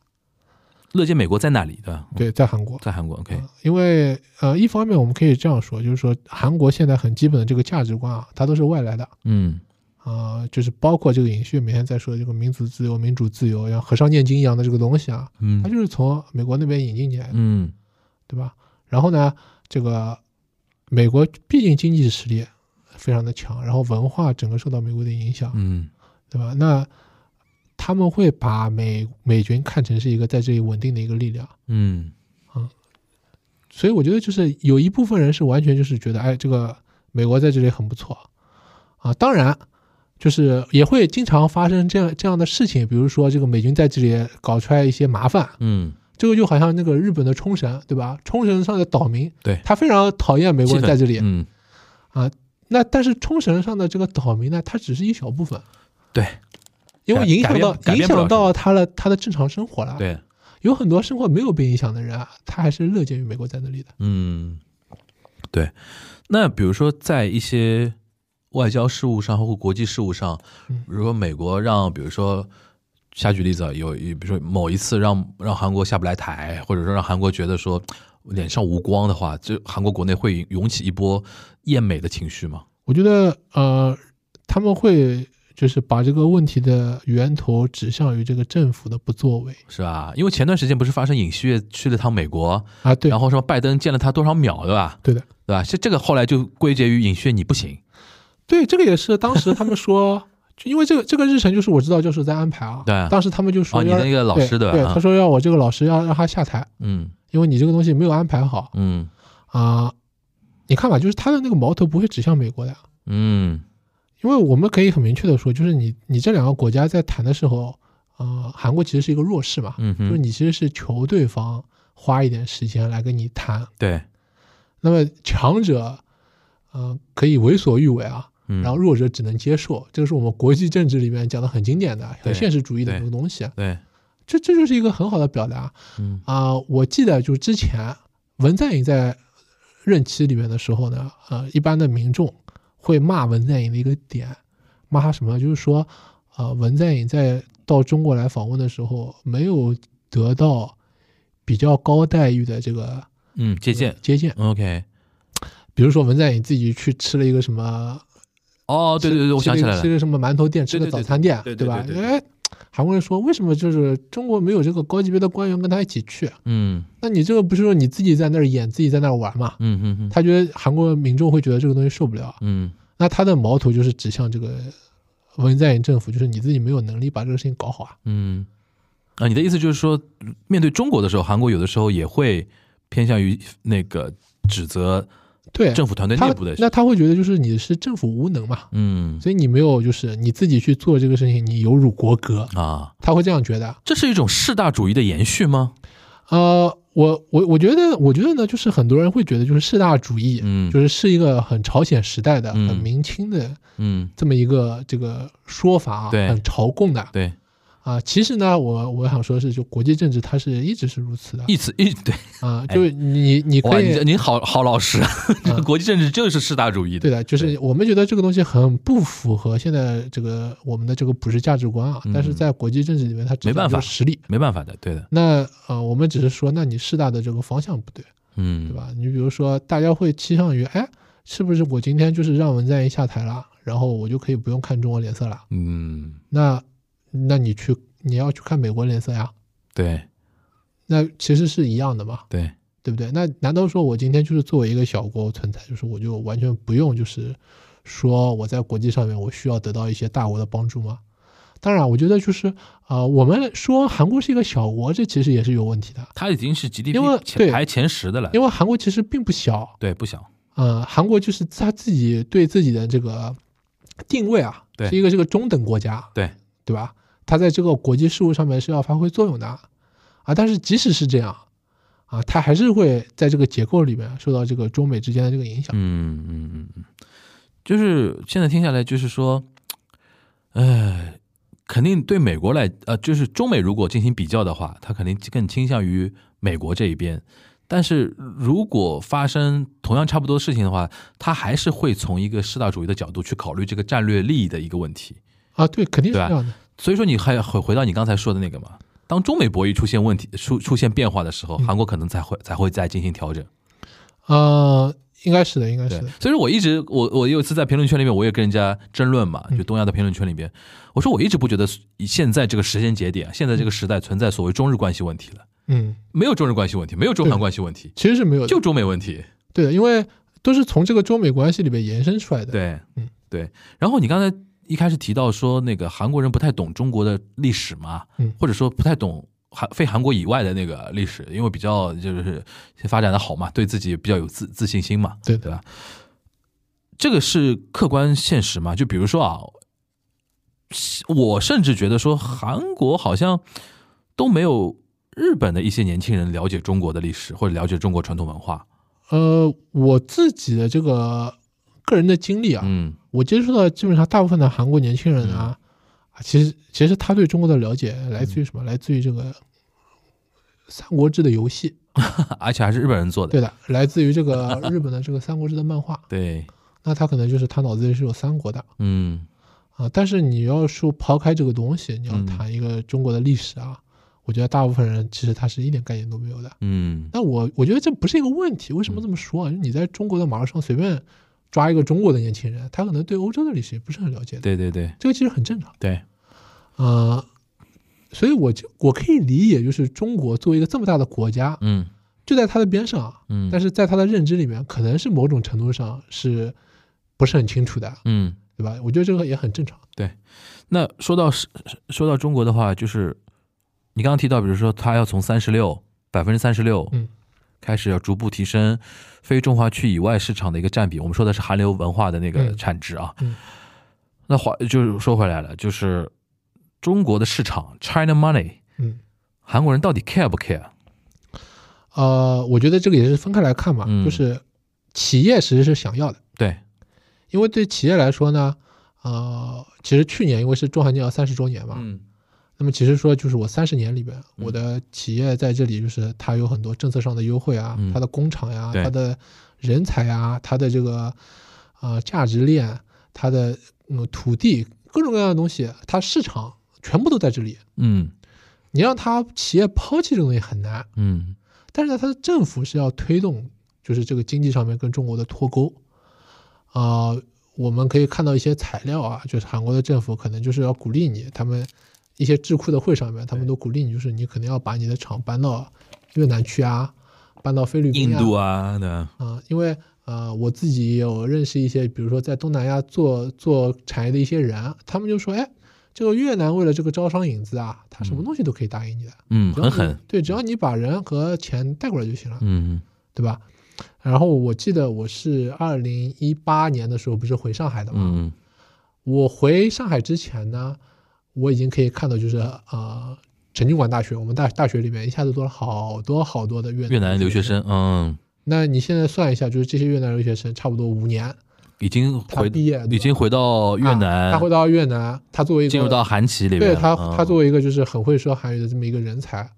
S5: 乐见美国在哪里的？
S6: 对，在韩国。
S5: 在韩国，OK，
S6: 呃因为呃，一方面我们可以这样说，就是说韩国现在很基本的这个价值观啊，它都是外来的
S5: 嗯
S6: 啊、呃就是包括这个尹旭每天在说的这个民主自由、民主自由，像和尚念经一样的这个东西啊，它
S5: 嗯
S6: 就是从美国那边引进进来的。
S5: 嗯
S6: 对吧？然后呢，这个美国毕竟经济实力非常的强，然后文化整个受到美国的影响，
S5: 嗯
S6: 对吧？那他们会把美美军看成是一个在这里稳定的一个力量，
S5: 嗯
S6: 所以我觉得就是有一部分人是完全就是觉得，哎，这个美国在这里很不错啊。当然，就是也会经常发生这样这样的事情，比如说这个美军在这里搞出来一些麻烦，
S5: 嗯，
S6: 这个就好像那个日本的冲绳，对吧？冲绳上的岛民，
S5: 对
S6: 他非常讨厌美国人在这里，
S5: 嗯，
S6: 那但是冲绳上的这个岛民呢，它只是一小部分，
S5: 对
S6: 因为影响到
S5: 改改变改
S6: 影
S5: 变不了
S6: 响到他了他的正常生活了。，
S5: 对，
S6: 有很多生活没有被影响的人啊，他还是乐见于美国在那里的。
S5: 嗯，对。那比如说，在一些外交事务上或国际事务上
S6: 嗯，
S5: 如果美国让，比如说，瞎举例子啊，有一比如说某一次让让韩国下不来台，或者说让韩国觉得说脸上无光的话，这韩国国内会涌起一波厌美的情绪吗？
S6: 我觉得呃，他们会就是把这个问题的源头指向于这个政府的不作为
S5: 是吧？因为前段时间不是发生尹锡悦去了趟美国，
S6: 啊，对
S5: 然，后什么拜登见了他多少秒，对吧？
S6: 对的，
S5: 对吧？这这个后来就归结于尹锡悦你不行，
S6: 对，这个也是当时他们
S5: [laughs]
S6: 说。就因为这个这个日程就是我知道就是在安排啊，
S5: 对啊
S6: 当时他们就说
S5: 哦你
S6: 要
S5: 那个老师
S6: 对
S5: 对吧啊
S6: 他说要我这个老师要让他下台，
S5: 嗯
S6: 因为你这个东西没有安排好，
S5: 嗯
S6: 啊、你看吧，就是他的那个矛头不会指向美国的，
S5: 嗯
S6: 因为我们可以很明确的说，就是你你这两个国家在谈的时候，呃，韩国其实是一个弱势嘛，
S5: 嗯
S6: 就是
S5: 哼，
S6: 你其实是求对方花一点时间来跟你谈，
S5: 对，
S6: 那么强者，呃，可以为所欲为啊，
S5: 嗯，
S6: 然后弱者只能接受，这个是我们国际政治里面讲的很经典的、
S5: 对
S6: 很现实主义的
S5: 对
S6: 那个东西，啊
S5: 对，
S6: 这这就是一个很好的表达
S5: 嗯
S6: 啊、我记得就是之前文在寅在任期里面的时候呢，呃，一般的民众会骂文在寅的一个点，骂他什么？就是说，呃，文在寅在到中国来访问的时候，没有得到比较高待遇的这个
S5: 嗯，借鉴。
S6: 接见。
S5: OK，
S6: 比如说文在寅自己去吃了一个什么，
S5: 哦，对对对，我
S6: 吃
S5: 想
S6: 了一
S5: 起
S6: 个
S5: 来了
S6: 吃，了什么馒头店，吃
S5: 对
S6: 个
S5: 对
S6: 早
S5: 对
S6: 餐店，
S5: 对对
S6: 对吧
S5: 对？对对
S6: 哎，韩国人说，为什么就是中国没有这个高级别的官员跟他一起去？
S5: 嗯
S6: 那你这个不是说你自己在那儿演，自己在那儿玩嘛？
S5: 嗯嗯嗯
S6: 他觉得韩国民众会觉得这个东西受不了，啊
S5: 嗯
S6: 那他的矛头就是指向这个文在寅政府，就是你自己没有能力把这个事情搞好啊。
S5: 嗯，啊，你的意思就是说，面对中国的时候，韩国有的时候也会偏向于那个指责
S6: 对，
S5: 政府团队
S6: 他
S5: 内部的，
S6: 那他会觉得就是你是政府无能嘛，
S5: 嗯
S6: 所以你没有就是你自己去做这个事情，你有辱国格，
S5: 啊，
S6: 他会这样觉得。
S5: 这是一种士大主义的延续吗？
S6: 呃，我我我觉得，我觉得呢，就是很多人会觉得就是士大主义，
S5: 嗯
S6: 就是是一个很朝鲜时代的、
S5: 嗯
S6: 很明清的
S5: 嗯，
S6: 这么一个这个说法啊，
S5: 对
S6: 很朝贡的。
S5: 对，
S6: 啊，其实呢，我我想说的是，就国际政治它是一直是如此的
S5: 一此一对，
S6: 啊，就是你你
S5: 哇，
S6: 可
S5: 你
S6: 以
S5: 这你好好老实，啊
S6: 嗯
S5: 国际政治就是世大主义的，
S6: 对的，就是我们觉得这个东西很不符合现在这个我们的这个普世价值观啊，但是在国际政治里面，它
S5: 嗯
S6: 只
S5: 没办
S6: 讲究
S5: 法
S6: 实力。
S5: 没办法的，对的，
S6: 那呃，我们只是说，那你适大的这个方向不对，
S5: 嗯，
S6: 对？吧？你比如说，大家会倾向于，哎，是不是我今天就是让文在寅下台了，然后我就可以不用看中国脸色了？
S5: 嗯，
S6: 那那你去你要去看美国脸色呀？
S5: 对
S6: 那其实是一样的嘛，
S5: 对，
S6: 对不对？那难道说我今天就是作为一个小国存在，就是我就完全不用就是说我在国际上面我需要得到一些大国的帮助吗？当然，我觉得就是啊、呃我们说韩国是一个小国，这其实也是有问题的，
S5: 他已经是 GDP
S6: 因为
S5: 前
S6: 对
S5: 排前十的了，
S6: 因为韩国其实并不小，
S5: 对不小，
S6: 呃，韩国就是他自己对自己的这个定位啊，
S5: 对
S6: 是一个这个中等国家，
S5: 对
S6: 对吧？他在这个国际事务上面是要发挥作用的啊，但是即使是这样啊，他还是会在这个结构里面受到这个中美之间的这个影响。
S5: 嗯嗯嗯嗯，就是现在听下来，就是说，呃，肯定对美国来，呃，就是中美如果进行比较的话，它肯定更倾向于美国这一边。但是如果发生同样差不多的事情的话，它还是会从一个世大主义的角度去考虑这个战略利益的一个问题。
S6: 啊，对，肯定是
S5: 对吧
S6: 这样的。
S5: 所以说，你还回回到你刚才说的那个嘛，当中美博弈出现问题、出出现变化的时候，韩国可能才会才会再进行调整。
S6: 呃，应该是的，应该
S5: 对
S6: 是的。，
S5: 所以说我一直我我有一次在评论圈里面，我也跟人家争论嘛，就东亚的评论圈里面，我说我一直不觉得以现在这个时间节点，现在这个时代存在所谓中日关系问题了，
S6: 嗯，
S5: 没有中日关系问题，没有中韩关系问题，
S6: 其实是没有的，
S5: 就中美问题。
S6: 对的，因为都是从这个中美关系里面延伸出来的。，
S5: 对，
S6: 嗯，
S5: 对。然后你刚才一开始提到说那个韩国人不太懂中国的历史嘛，
S6: 嗯
S5: 或者说不太懂韩非韩国以外的那个历史，因为比较就是发展的好嘛，对自己比较有自自信心嘛，
S6: 对的
S5: 对吧？这个是客观现实嘛？就比如说啊，我甚至觉得说韩国好像都没有日本的一些年轻人了解中国的历史或者了解中国传统文化。
S6: 呃，我自己的这个个人的经历啊，
S5: 嗯
S6: 我接触到基本上大部分的韩国年轻人啊，啊其实其实他对中国的了解来自于什么？来自于这个《三国志》的游戏，
S5: 而且还是日本人做的。
S6: 对的，来自于这个日本的这个《三国志》的漫画。
S5: 对，
S6: 那他可能就是他脑子里是有三国的
S5: 嗯。
S6: 啊。但是你要说抛开这个东西，你要
S5: 嗯
S6: 谈一个中国的历史啊，我觉得大部分人其实他是一点概念都没有的。
S5: 嗯
S6: 那我我觉得这不是一个问题，为什么这么说啊？你在中国的马路上随便抓一个中国的年轻人，他可能对欧洲的历史也不是很了解，的，
S5: 对对对
S6: 这个其实很正常。
S5: 对，
S6: 呃，所以我就我可以理解，就是中国作为一个这么大的国家，
S5: 嗯
S6: 就在它的边上啊，
S5: 嗯，
S6: 但
S5: 是
S6: 是在他的认知里面，可能是某种程度上是不是很清楚的，
S5: 嗯，
S6: 对吧？我觉得这个也很正常。
S5: 那说到是说到中国的话，就是你刚刚提到，比如说他要从三十六百分之三十六
S6: 嗯
S5: 开始要逐步提升非中华区以外市场的一个占比，我们说的是韩流文化的那个
S6: 嗯
S5: 产值啊。
S6: 嗯
S5: 那话就是说回来了，就是中国的市场 China Money，
S6: 嗯，
S5: 韩国人到底 care 不 care？
S6: 呃，我觉得这个也是分开来看嘛，
S5: 嗯
S6: 就是企业其实是想要的，
S5: 对，
S6: 因为对企业来说呢，呃，其实去年因为是中韩建交三十周年嘛，
S5: 嗯
S6: 那么其实说就是我三十年里边，我的企业在这里就是它有很多政策上的优惠啊，
S5: 嗯
S6: 它的工厂呀、
S5: 对
S6: 它的人才呀、它的这个呃价值链、它的嗯土地各种各样的东西，它市场全部都在这里。
S5: 嗯
S6: 你让它企业抛弃这个东西很难，
S5: 嗯
S6: 但是呢，它的政府是要推动，就是这个经济上面跟中国的脱钩。啊、我们可以看到一些材料啊，就是韩国的政府可能就是要鼓励你，他们一些智库的会上面，他们都鼓励你，就是你可能要把你的厂搬到越南去啊，搬到菲律宾、
S5: 印
S6: 啊、
S5: 度啊，对吧，
S6: 啊、因为呃，我自己也有认识一些，比如说在东南亚做做产业的一些人，他们就说，哎，这个越南为了这个招商引资啊，他什么东西都可以答应你的，
S5: 嗯，
S6: 只要
S5: 很嗯
S6: 你
S5: 狠，
S6: 对，只要你把人和钱带过来就行了。
S5: 嗯
S6: 对吧？然后我记得我是二零一八年的时候，不是回上海的嘛。
S5: 嗯
S6: 我回上海之前呢，我已经可以看到，就是呃，成均馆大学，我们大大学里面一下子多了好多好多的越
S5: 越南留学
S6: 生。
S5: 生，嗯。
S6: 那你现在算一下，就是这些越南留学生，差不多五年，
S5: 已经回
S6: 他毕业对吧
S5: 已经回到越南，
S6: 啊他回到越南，他作为一个
S5: 进入到韩企里面
S6: 对
S5: 了。
S6: 他，
S5: 嗯
S6: 他作为一个就是很会说韩语的这么一个人才，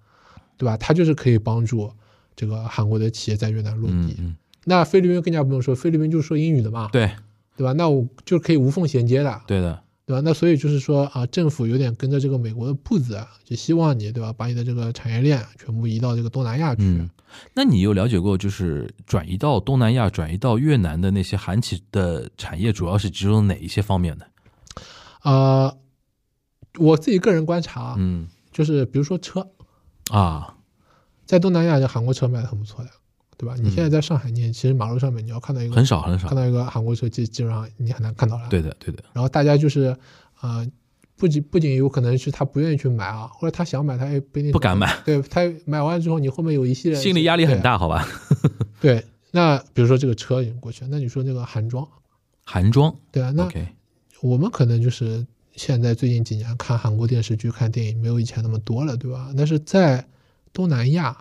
S6: 对吧？他就是可以帮助这个韩国的企业在越南落
S5: 嗯
S6: 地。
S5: 嗯，
S6: 那菲律宾更加不用说，菲律宾就是说英语的嘛，
S5: 对
S6: 对吧？那我就可以无缝衔接的，
S5: 对的，
S6: 对吧？那所以就是说啊，政府有点跟着这个美国的步子，啊就希望你对吧，把你的这个产业链全部移到这个东南亚去。
S5: 嗯。那你有了解过，就是转移到东南亚、转移到越南的那些韩企的产业，主要是集中哪一些方面呢？
S6: 呃，我自己个人观察，啊
S5: 嗯
S6: 就是比如说车，
S5: 啊，
S6: 在东南亚就韩国车卖的很不错的，对吧？你现在在上海，你其实马路上面你要看到一个
S5: 嗯很少很少
S6: 看。到一个韩国车，基基本上你很难看到了。，
S5: 对的对的，
S6: 然后大家就是，呃，不仅不仅有可能是他不愿意去买啊，或者他想买他也不一定
S5: 不敢买。
S6: 对他买完之后，你后面有一系列
S5: 心理压力很。
S6: 啊
S5: 大，好吧？
S6: 对对，那比如说这个车引过去，那你说那个韩妆，
S5: 韩妆
S6: 对啊，那
S5: ，OK，
S6: 我们可能就是现在最近几年看韩国电视剧、看电影没有以前那么多了，对吧？但是在东南亚，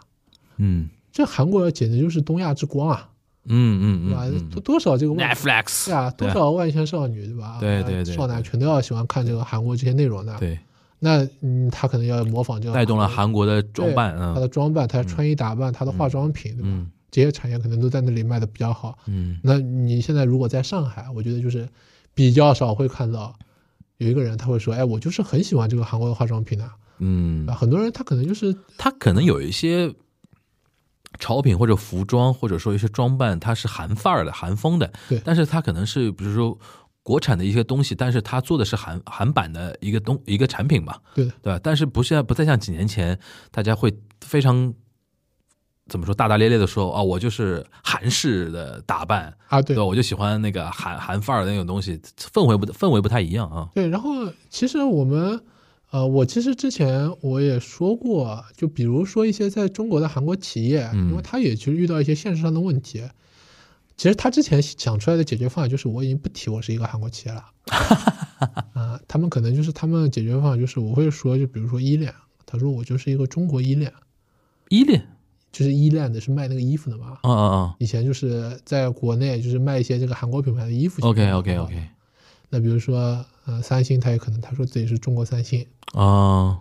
S5: 嗯
S6: 这韩国简直就是东亚之光啊，
S5: 嗯嗯
S6: 对吧？
S5: 嗯
S6: 多多少这个
S5: 嗯
S6: 外
S5: ，Netflix，
S6: 对啊，多少万千少女对吧？啊
S5: 对对对
S6: 少男
S5: 对
S6: 全都要喜欢看这个韩国这些内容的。，
S5: 对，
S6: 那嗯，他可能要模仿这个
S5: 带动了
S6: 国
S5: 韩国的装扮，
S6: 他的
S5: 嗯
S6: 装扮、他的穿衣打扮、他的化妆品，对吧？
S5: 嗯
S6: 这些产业可能都在那里卖的比较好。
S5: 嗯，
S6: 那你现在如果在上海，我觉得就是比较少会看到有一个人他会说，哎，我就是很喜欢这个韩国的化妆品的、
S5: 嗯
S6: 啊。，很多人他可能就是
S5: 它可能有一些潮品或者服装，或者说一些装扮，它是韩范儿的、韩风的，
S6: 对
S5: 但是它可能是比如说国产的一些东西，但是它做的是韩韩版的一个东一个产品嘛，
S6: 对的，
S5: 对吧？但是不像不再像几年前，大家会非常。怎么说？大大咧咧的说啊，我就是韩式的打扮，
S6: 啊，对
S5: 对吧？我就喜欢那个韩韩范儿的那种东西，氛围不氛围不太一样啊。
S6: 对，然后其实我们，呃，我其实之前我也说过，就比如说一些在中国的韩国企业，因为
S5: 嗯
S6: 他也其实遇到一些现实上的问题。其实他之前想出来的解决方案就是，我已经不提我是一个韩国企
S5: [laughs]
S6: 业了。啊、他们可能就是他们解决方案就是，我会说，就比如说依恋，他说我就是一个中国依恋，
S5: 依恋，
S6: 就是依恋的是卖那个衣服的嘛。
S5: 啊啊啊
S6: 以前就是在国内就是卖一些这个韩国品牌的衣服去
S5: ，OK
S6: 卖嘛。
S5: OK OK，
S6: 那比如说，呃，三星，他也可能他说自己是中国三星，
S5: 啊，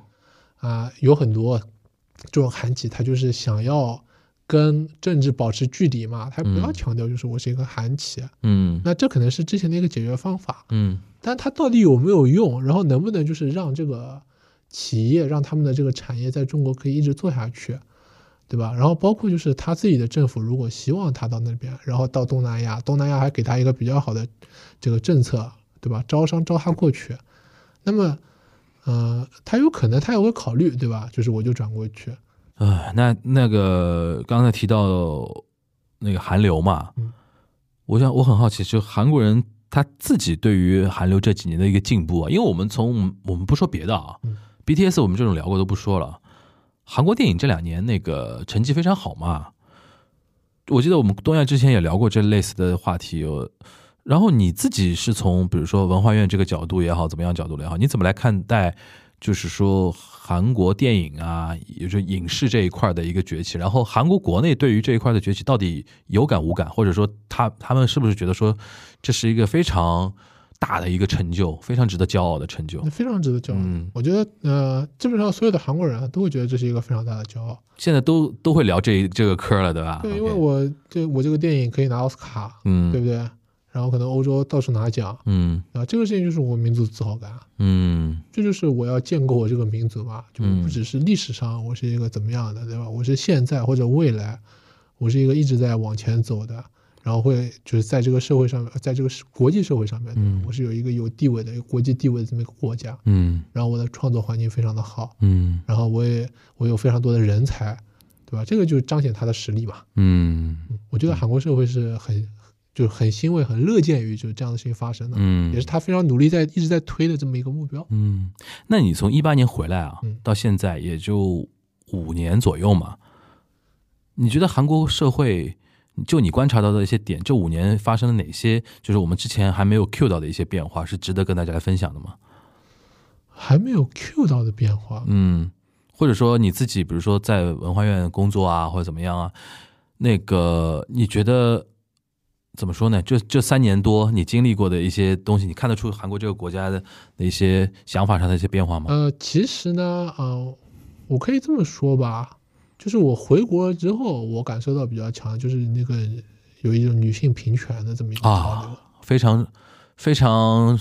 S6: 啊、有很多这种韩企，他就是想要跟政治保持距离嘛，他不要
S5: 嗯
S6: 强调就是我是一个韩企，啊
S5: 嗯
S6: 那这可能是之前的一个解决方法，
S5: 嗯。
S6: 但它到底有没有用，然后能不能就是让这个企业让他们的这个产业在中国可以一直做下去，对吧？然后包括就是他自己的政府如果希望他到那边，然后到东南亚，东南亚还给他一个比较好的这个政策，对吧？招商招他过去，那么。呃，他有可能他也会考虑，对吧？就是我就转过去，
S5: 啊，那那个刚才提到那个韩流嘛，
S6: 嗯
S5: 我想我很好奇，就韩国人他自己对于韩流这几年的一个进步啊，因为我们从我们不说别的啊、
S6: 嗯
S5: b t s 我们这种聊过都不说了，韩国电影这两年那个成绩非常好嘛，我记得我们东亚之前也聊过这类似的话题，有。然后你自己是从比如说文化院这个角度也好，怎么样角度也好，你怎么来看待就是说韩国电影啊，也就是影视这一块的一个崛起？然后韩国国内对于这一块的崛起到底有感无感，或者说他他们是不是觉得说这是一个非常大的一个成就，非常值得骄傲的成就
S6: 那？非常值得骄傲。
S5: 嗯
S6: 我觉得，呃，基本上所有的韩国人啊都会觉得这是一个非常大的骄傲。
S5: 现在都都会聊这这个嗑了，对吧？
S6: 对，因为
S5: 啊 OK
S6: 我对我这个电影可以拿奥斯卡，
S5: 嗯
S6: 对不对？然后可能欧洲到处拿奖
S5: 嗯
S6: 啊，这个事情就是我民族自豪感，
S5: 嗯
S6: 这就是我要建构我这个民族嘛，就
S5: 嗯
S6: 不只是历史上我是一个怎么样的，对吧？我是现在或者未来，我是一个一直在往前走的，然后会就是在这个社会上面，在这个世国际社会上面，对吧
S5: 嗯
S6: 我是有一个有地位的、有国际地位的这么一个国家，
S5: 嗯
S6: 然后我的创作环境非常的好，
S5: 嗯
S6: 然后我也我有非常多的人才，对吧？这个就彰显他的实力嘛。
S5: 嗯
S6: 我觉得韩国社会是很就是很欣慰、很乐见于就是这样的事情发生的，
S5: 嗯，
S6: 也是他非常努力在一直在推的这么一个目标。
S5: 嗯，那你从一八年回来啊，
S6: 嗯
S5: 到现在也就五年左右嘛，你觉得韩国社会，就你观察到的一些点，这五年发生了哪些，就是我们之前还没有 cue 到的一些变化，是值得跟大家来分享的吗？
S6: 还没有 Q 到的变化，
S5: 嗯，或者说你自己，比如说在文化院工作啊，或者怎么样啊，那个你觉得怎么说呢？这这三年多你经历过的一些东西，你看得出韩国这个国家的的一些想法上的一些变化吗？
S6: 呃，其实呢，呃，我可以这么说吧，就是我回国之后，我感受到比较强，就是那个有一种女性平权的这么一个潮流
S5: 啊，非常非常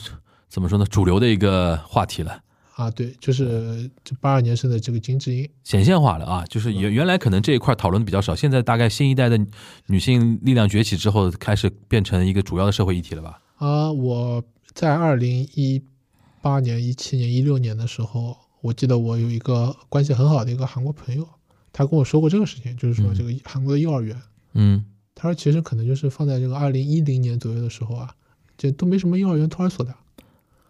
S5: 怎么说呢？主流的一个话题了。
S6: 啊，对，就是这八二年生的这个金智英，
S5: 显现化了啊，就是原原来可能这一块讨论的比较少，现在大概新一代的女性力量崛起之后，开始变成一个主要的社会议题了吧？
S6: 啊、我在二零一八年、一七年、一六年的时候，我记得我有一个关系很好的一个韩国朋友，他跟我说过这个事情，就是说
S5: 嗯
S6: 这个韩国的幼儿园，
S5: 嗯，
S6: 他说其实可能就是放在这个二零一零年左右的时候啊，这都没什么幼儿园托儿所的，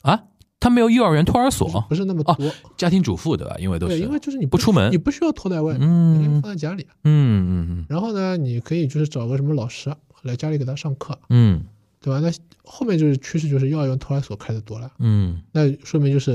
S5: 啊，她没有幼儿园、托儿
S6: 不是
S5: 所
S6: 不，是那么
S5: 哦
S6: 多。
S5: 家庭主妇对吧？因为都是
S6: 对，因为就是你
S5: 不出门
S6: 你不需要拖在外面，
S5: 嗯
S6: 你可以放在家里。
S5: 嗯嗯
S6: 然后呢，你可以就是找个什么老师来家里给他上课，
S5: 嗯
S6: 对吧？那后面就是趋势就是幼儿园托儿所开的多了，
S5: 嗯，
S6: 那说明就是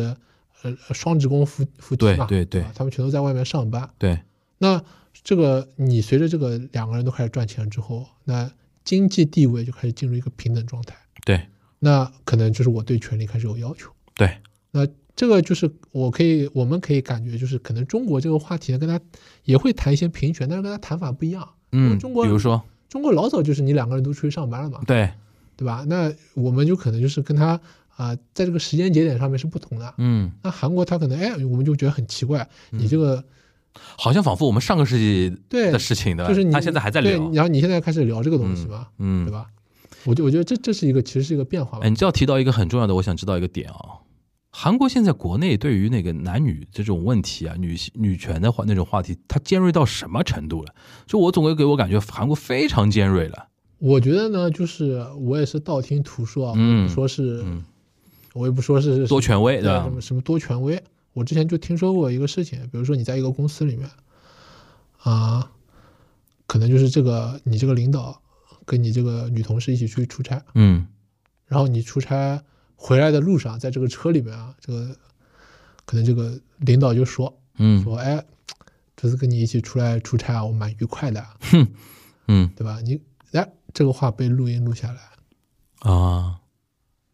S6: 呃双职工夫夫妻
S5: 对
S6: 嘛，啊
S5: 对对
S6: 吧他们全都在外面上班。
S5: 对，
S6: 那这个你随着这个两个人都开始赚钱之后，那经济地位就开始进入一个平等状态，
S5: 对
S6: 那可能就是我对权利开始有要求。
S5: 对，
S6: 那这个就是我可以，我们可以感觉就是，可能中国这个话题呢，跟他也会谈一些平权，但是跟他谈法不一样。因为
S5: 嗯，
S6: 中国
S5: 比如说
S6: 中国老早就是你两个人都出去上班了嘛，
S5: 对，
S6: 对吧？那我们就可能就是跟他啊、在这个时间节点上面是不同的。
S5: 嗯，
S6: 那韩国他可能哎，我们就觉得很奇怪，你这个
S5: 好像仿佛我们上个世纪
S6: 对
S5: 的事情的，
S6: 就是你
S5: 他现在还在聊
S6: 对，，然后你现在开始聊这个东西嘛，
S5: 嗯
S6: 对，吧？我就我觉得这这是一个其实是一个变化吧
S5: 哎，。你这要提到一个很重要的，我想知道一个点啊。韩国现在国内对于那个男女这种问题啊，女性女权的话那种话题，它尖锐到什么程度了？就我总归给我感觉韩国非常尖锐了。
S6: 我觉得呢，就是我也是道听途说啊，我也
S5: 嗯
S6: 不说是，
S5: 嗯
S6: 我也不说是
S5: 多权威
S6: 对
S5: 对吧
S6: 什么什么多权威。我之前就听说过一个事情，比如说你在一个公司里面，啊、可能就是这个你这个领导跟你这个女同事一起出去出差，
S5: 嗯
S6: 然后你出差回来的路上，在这个车里面啊，这个可能这个领导就说
S5: 嗯
S6: 说，哎，这次跟你一起出来出差啊，我蛮愉快的啊，
S5: 嗯
S6: 对吧？你哎，这个话被录音录下来。
S5: 啊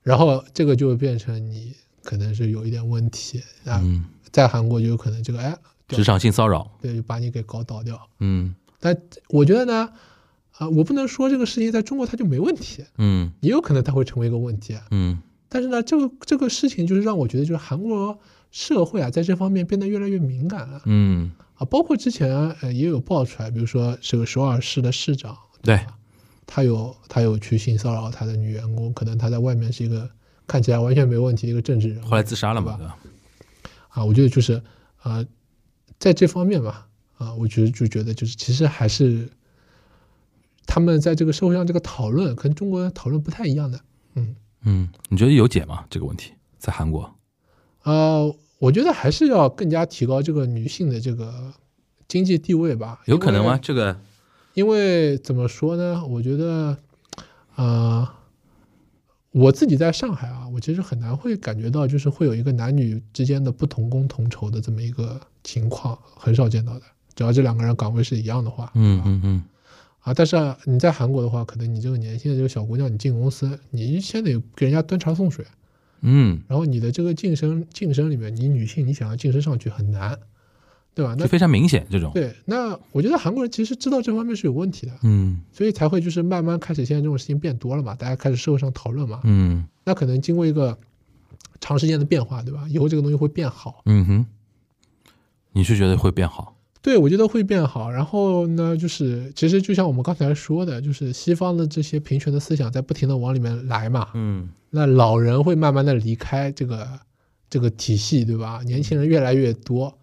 S6: 然后这个就会变成你可能是有一点问题啊，
S5: 嗯，
S6: 在韩国就有可能这个哎，对
S5: 职场性骚扰，
S6: 对，就把你给搞倒掉。
S5: 嗯
S6: 但我觉得呢，啊、我不能说这个事情在中国它就没问题，
S5: 嗯
S6: 也有可能它会成为一个问题。啊
S5: 嗯
S6: 但是呢，这个这个事情就是让我觉得，就是韩国社会啊，在这方面变得越来越敏感了
S5: 嗯，
S6: 啊。包括之前、啊、呃也有爆出来，比如说这个首尔市的市长，
S5: 对，
S6: 他有他有去性骚扰他的女员工，可能他在外面是一个看起来完全没问题的一个政治人物，
S5: 后来自杀了嘛，
S6: 对
S5: 对吧？
S6: 啊，我觉得就是啊、呃在这方面吧，啊、我觉得就觉得就是其实还是他们在这个社会上这个讨论跟中国讨论不太一样的。
S5: 嗯，你觉得有解吗？这个问题在韩国？
S6: 呃，我觉得还是要更加提高这个女性的这个经济地位吧。
S5: 有可能吗？
S6: 因为？
S5: 这个
S6: 因为怎么说呢？我觉得，呃，我自己在上海啊，我其实很难会感觉到就是会有一个男女之间的不同工同酬的这么一个情况，很少见到的。只要这两个人岗位是一样的话，
S5: 嗯嗯嗯
S6: 啊，但是啊你在韩国的话，可能你这个年轻的这个小姑娘，你进公司，你先得给人家端茶送水，
S5: 嗯，
S6: 然后你的这个晋升晋升里面，你女性你想要晋升上去很难，对吧？那
S5: 就非常明显这种，
S6: 对，那我觉得韩国人其实知道这方面是有问题的，
S5: 嗯
S6: 所以才会就是慢慢开始现在这种事情变多了嘛，大家开始社会上讨论嘛，
S5: 嗯
S6: 那可能经过一个长时间的变化，对吧？以后这个东西会变好，
S5: 嗯哼，你是觉得会变好？
S6: 对我觉得会变好。然后呢，就是其实就像我们刚才说的，就是西方的这些平权的思想在不停的往里面来嘛，
S5: 嗯。
S6: 那老人会慢慢的离开这个这个体系，对
S5: 嗯
S6: 吧？年轻人越来越多，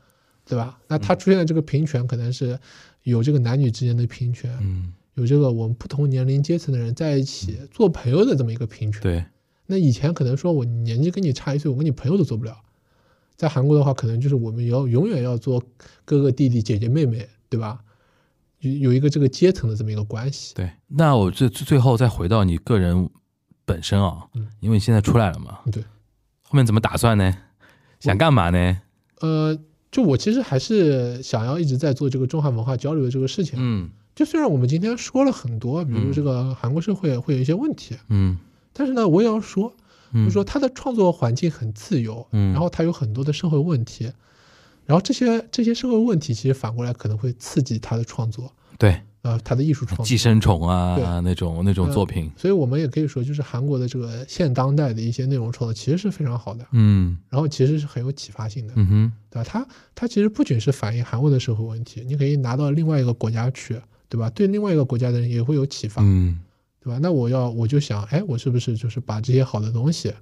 S6: 对吧？那他出现的这个平权，可能是有这个男女之间的平权，
S5: 嗯
S6: 有这个我们不同年龄阶层的人在一起做朋友的这么一个平，权。
S5: 对，
S6: 那以前可能说我年纪跟你差一岁，我跟你朋友都做不了。在韩国的话，可能就是我们要永远要做哥哥、弟弟、姐姐、妹妹，对吧？有有一个这个阶层的这么一个关系。
S5: 对。那我最最最后再回到你个人本身啊
S6: 嗯，
S5: 因为你现在出来了嘛，
S6: 对，
S5: 后面怎么打算呢？想干嘛呢？
S6: 呃，就我其实还是想要一直在做这个中韩文化交流的这个事情。
S5: 嗯
S6: 就虽然我们今天说了很多，比如这个韩国社会会有一些问题，
S5: 嗯
S6: 但是呢，我也要说，
S5: 嗯，
S6: 就是说他的创作环境很自由，
S5: 嗯
S6: 然后他有很多的社会问题，然后这些这些社会问题其实反过来可能会刺激他的创作，
S5: 对
S6: 呃，他的艺术创
S5: 寄
S6: 作。
S5: 生虫
S6: 对
S5: 啊那种那种
S6: 嗯
S5: 作品，
S6: 所以我们也可以说，就是韩国的这个现当代的一些内容创作其实是非常好的，
S5: 嗯
S6: 然后其实是很有启发性的，
S5: 嗯哼，
S6: 对吧？它它其实不仅是反映韩国的社会问题，你可以拿到另外一个国家去，对吧？对另外一个国家的人也会有启发，
S5: 嗯
S6: 对吧？那我要我就想，哎，我是不是就是把这些好的东西，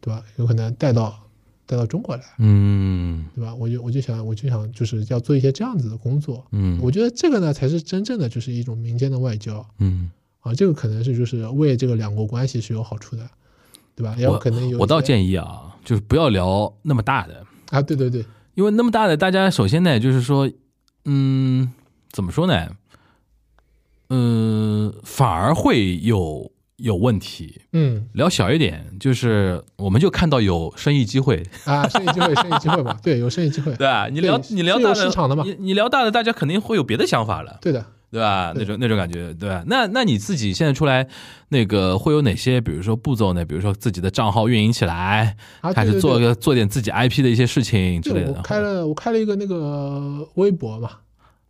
S6: 对吧？有可能带到带到中国来，
S5: 嗯
S6: 对吧？我就我就想我就想就是要做一些这样子的工作。
S5: 嗯，
S6: 我觉得这个呢才是真正的就是一种民间的外交
S5: 嗯，
S6: 啊，这个可能是就是为这个两国关系是有好处的，对吧？也有
S5: 我
S6: 可能有
S5: 我倒
S6: 见
S5: 建议啊，就是不要聊那么大的，
S6: 啊，对对对，
S5: 因为那么大的，大家首先呢，就是说，嗯，怎么说呢？嗯、反而会有有问题。
S6: 嗯
S5: 聊小一点，就是我们就看到有生意机会， [laughs]
S6: 啊，生意机会，生意机会嘛，对，有生意机会，
S5: 对吧？你聊
S6: 对
S5: 你聊
S6: 是有
S5: 大
S6: 市场的嘛
S5: 你你聊大的，大家肯定会有别的想法了，
S6: 对的，
S5: 对吧？那种那种感觉，对吧？那那你自己现在出来，那个会有哪些，比如说步骤呢？比如说自己的账号运营起来，
S6: 啊，
S5: 开始
S6: 对对
S5: 做
S6: 对
S5: 个做点自己 IP 的一些事情之类
S6: 对，我
S5: 的。嗯
S6: 开了我开了一个那个微博嘛，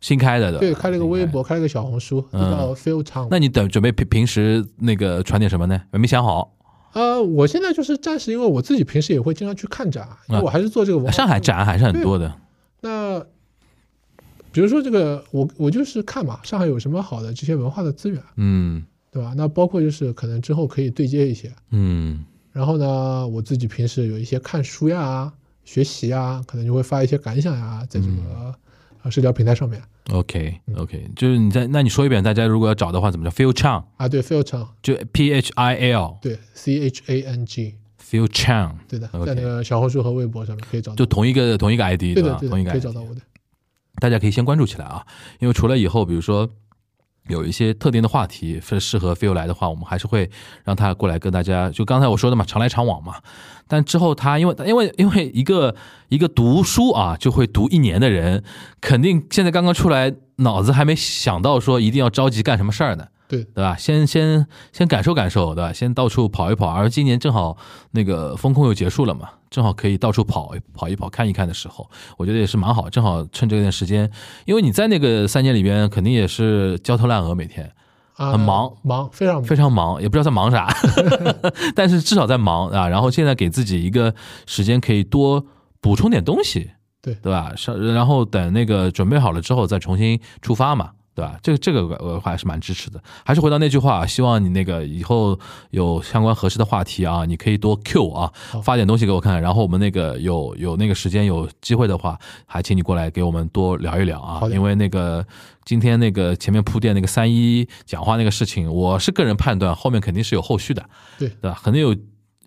S5: 新开的，
S6: 对，
S5: 吧
S6: 开了一个
S5: 新
S6: 微
S5: 的
S6: 博，开了个小红书，就叫 Feel Town。
S5: 嗯那你等准备平平时那个传点什么呢？没想好。
S6: 呃，我现在就是暂时，因为我自己平时也会经常去看展，因为我还是做这个文化
S5: 嗯上海
S6: 工作。
S5: 展还是很多的，
S6: 那比如说这个，我我就是看嘛，上海有什么好的这些文化的资源，
S5: 嗯
S6: 对吧？那包括就是可能之后可以对接一些。
S5: 嗯
S6: 然后呢，我自己平时有一些看书呀、学习呀，可能就会发一些感想呀，在这
S5: 嗯
S6: 个呃社交平台上面
S5: ，OK
S6: 嗯
S5: OK，就是你在那你说一遍，大家如果要找的话怎么叫 Feel Chang，
S6: 啊。对，Feel Town，
S5: 就 P H I L
S6: 对，C H A N G，
S5: Feel Chang，
S6: 对的，
S5: OK
S6: 在那个小红书和微博上面可以找到
S5: 就。同一个同一个 ID
S6: 对的
S5: 吧，？
S6: 对
S5: 同一个
S6: 的，可以
S5: ID，
S6: 找到我的。
S5: 大家可以先关注起来啊，因为除了以后比如说。有一些特定的话题是适合 Feel 来的话，我们还是会让他过来跟大家。就刚才我说的嘛，常来常往嘛。但之后他因为因为因为一个一个读书啊，就会读一年的人，肯定现在刚刚出来，脑子还没想到说一定要着急干什么事儿呢。
S6: 对
S5: 对吧？先先先感受感受，对吧？先到处跑一跑，而今年正好那个风控又结束了嘛，正好可以到处跑跑一跑、看一看的时候，我觉得也是蛮好。正好趁这段时间，因为你在那个三年里边，肯定也是焦头烂额，每天
S6: 啊，
S5: 很忙，
S6: 忙，非常忙
S5: 非。常忙，也不知道在忙啥， [laughs] 但是至少在忙啊。然后现在给自己一个时间，可以多补充点东西，
S6: 对
S5: 对吧？上然后等那个准备好了之后再重新出发嘛，对吧？这个这个呃我我还是蛮支持的。还是回到那句话啊，希望你那个以后有相关合适的话题啊，你可以多 Q 啊，发点东西给我看。然后我们那个有有那个时间有机会的话，还请你过来给我们多聊一聊啊
S6: 好，的
S5: 因为那个今天那个前面铺垫那个三一讲话那个事情，我是个人判断后面肯定是有后续的，
S6: 对
S5: 对吧？肯定有。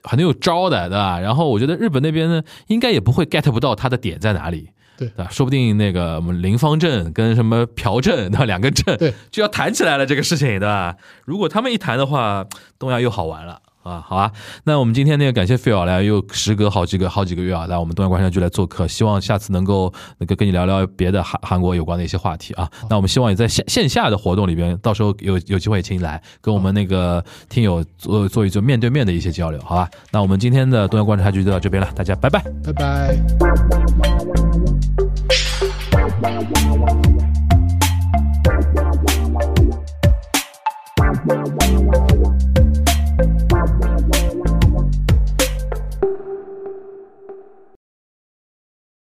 S5: 肯定有招的，对吧？然后我觉得日本那边呢，应该也不会 get 不到他的点在哪里，
S6: 对
S5: 吧？说不定那个我们林方正跟什么朴正，对吧？两个正，
S6: 对，
S5: 就要谈起来了这个事情，对吧？如果他们一谈的话，东亚又好玩了。啊，好啊，那我们今天那个感谢费尔来，又时隔好几个好几个月啊，来我们东亚观察局来做客，希望下次能够那个跟你聊聊别的韩韩国有关的一些话题啊。那我们希望也在线线下的活动里边，到时候有有机会请你来跟我们那个听友做做一做面对面的一些交流，好吧？那我们今天的东亚观察局就到这边了，大家拜拜。
S6: 拜拜。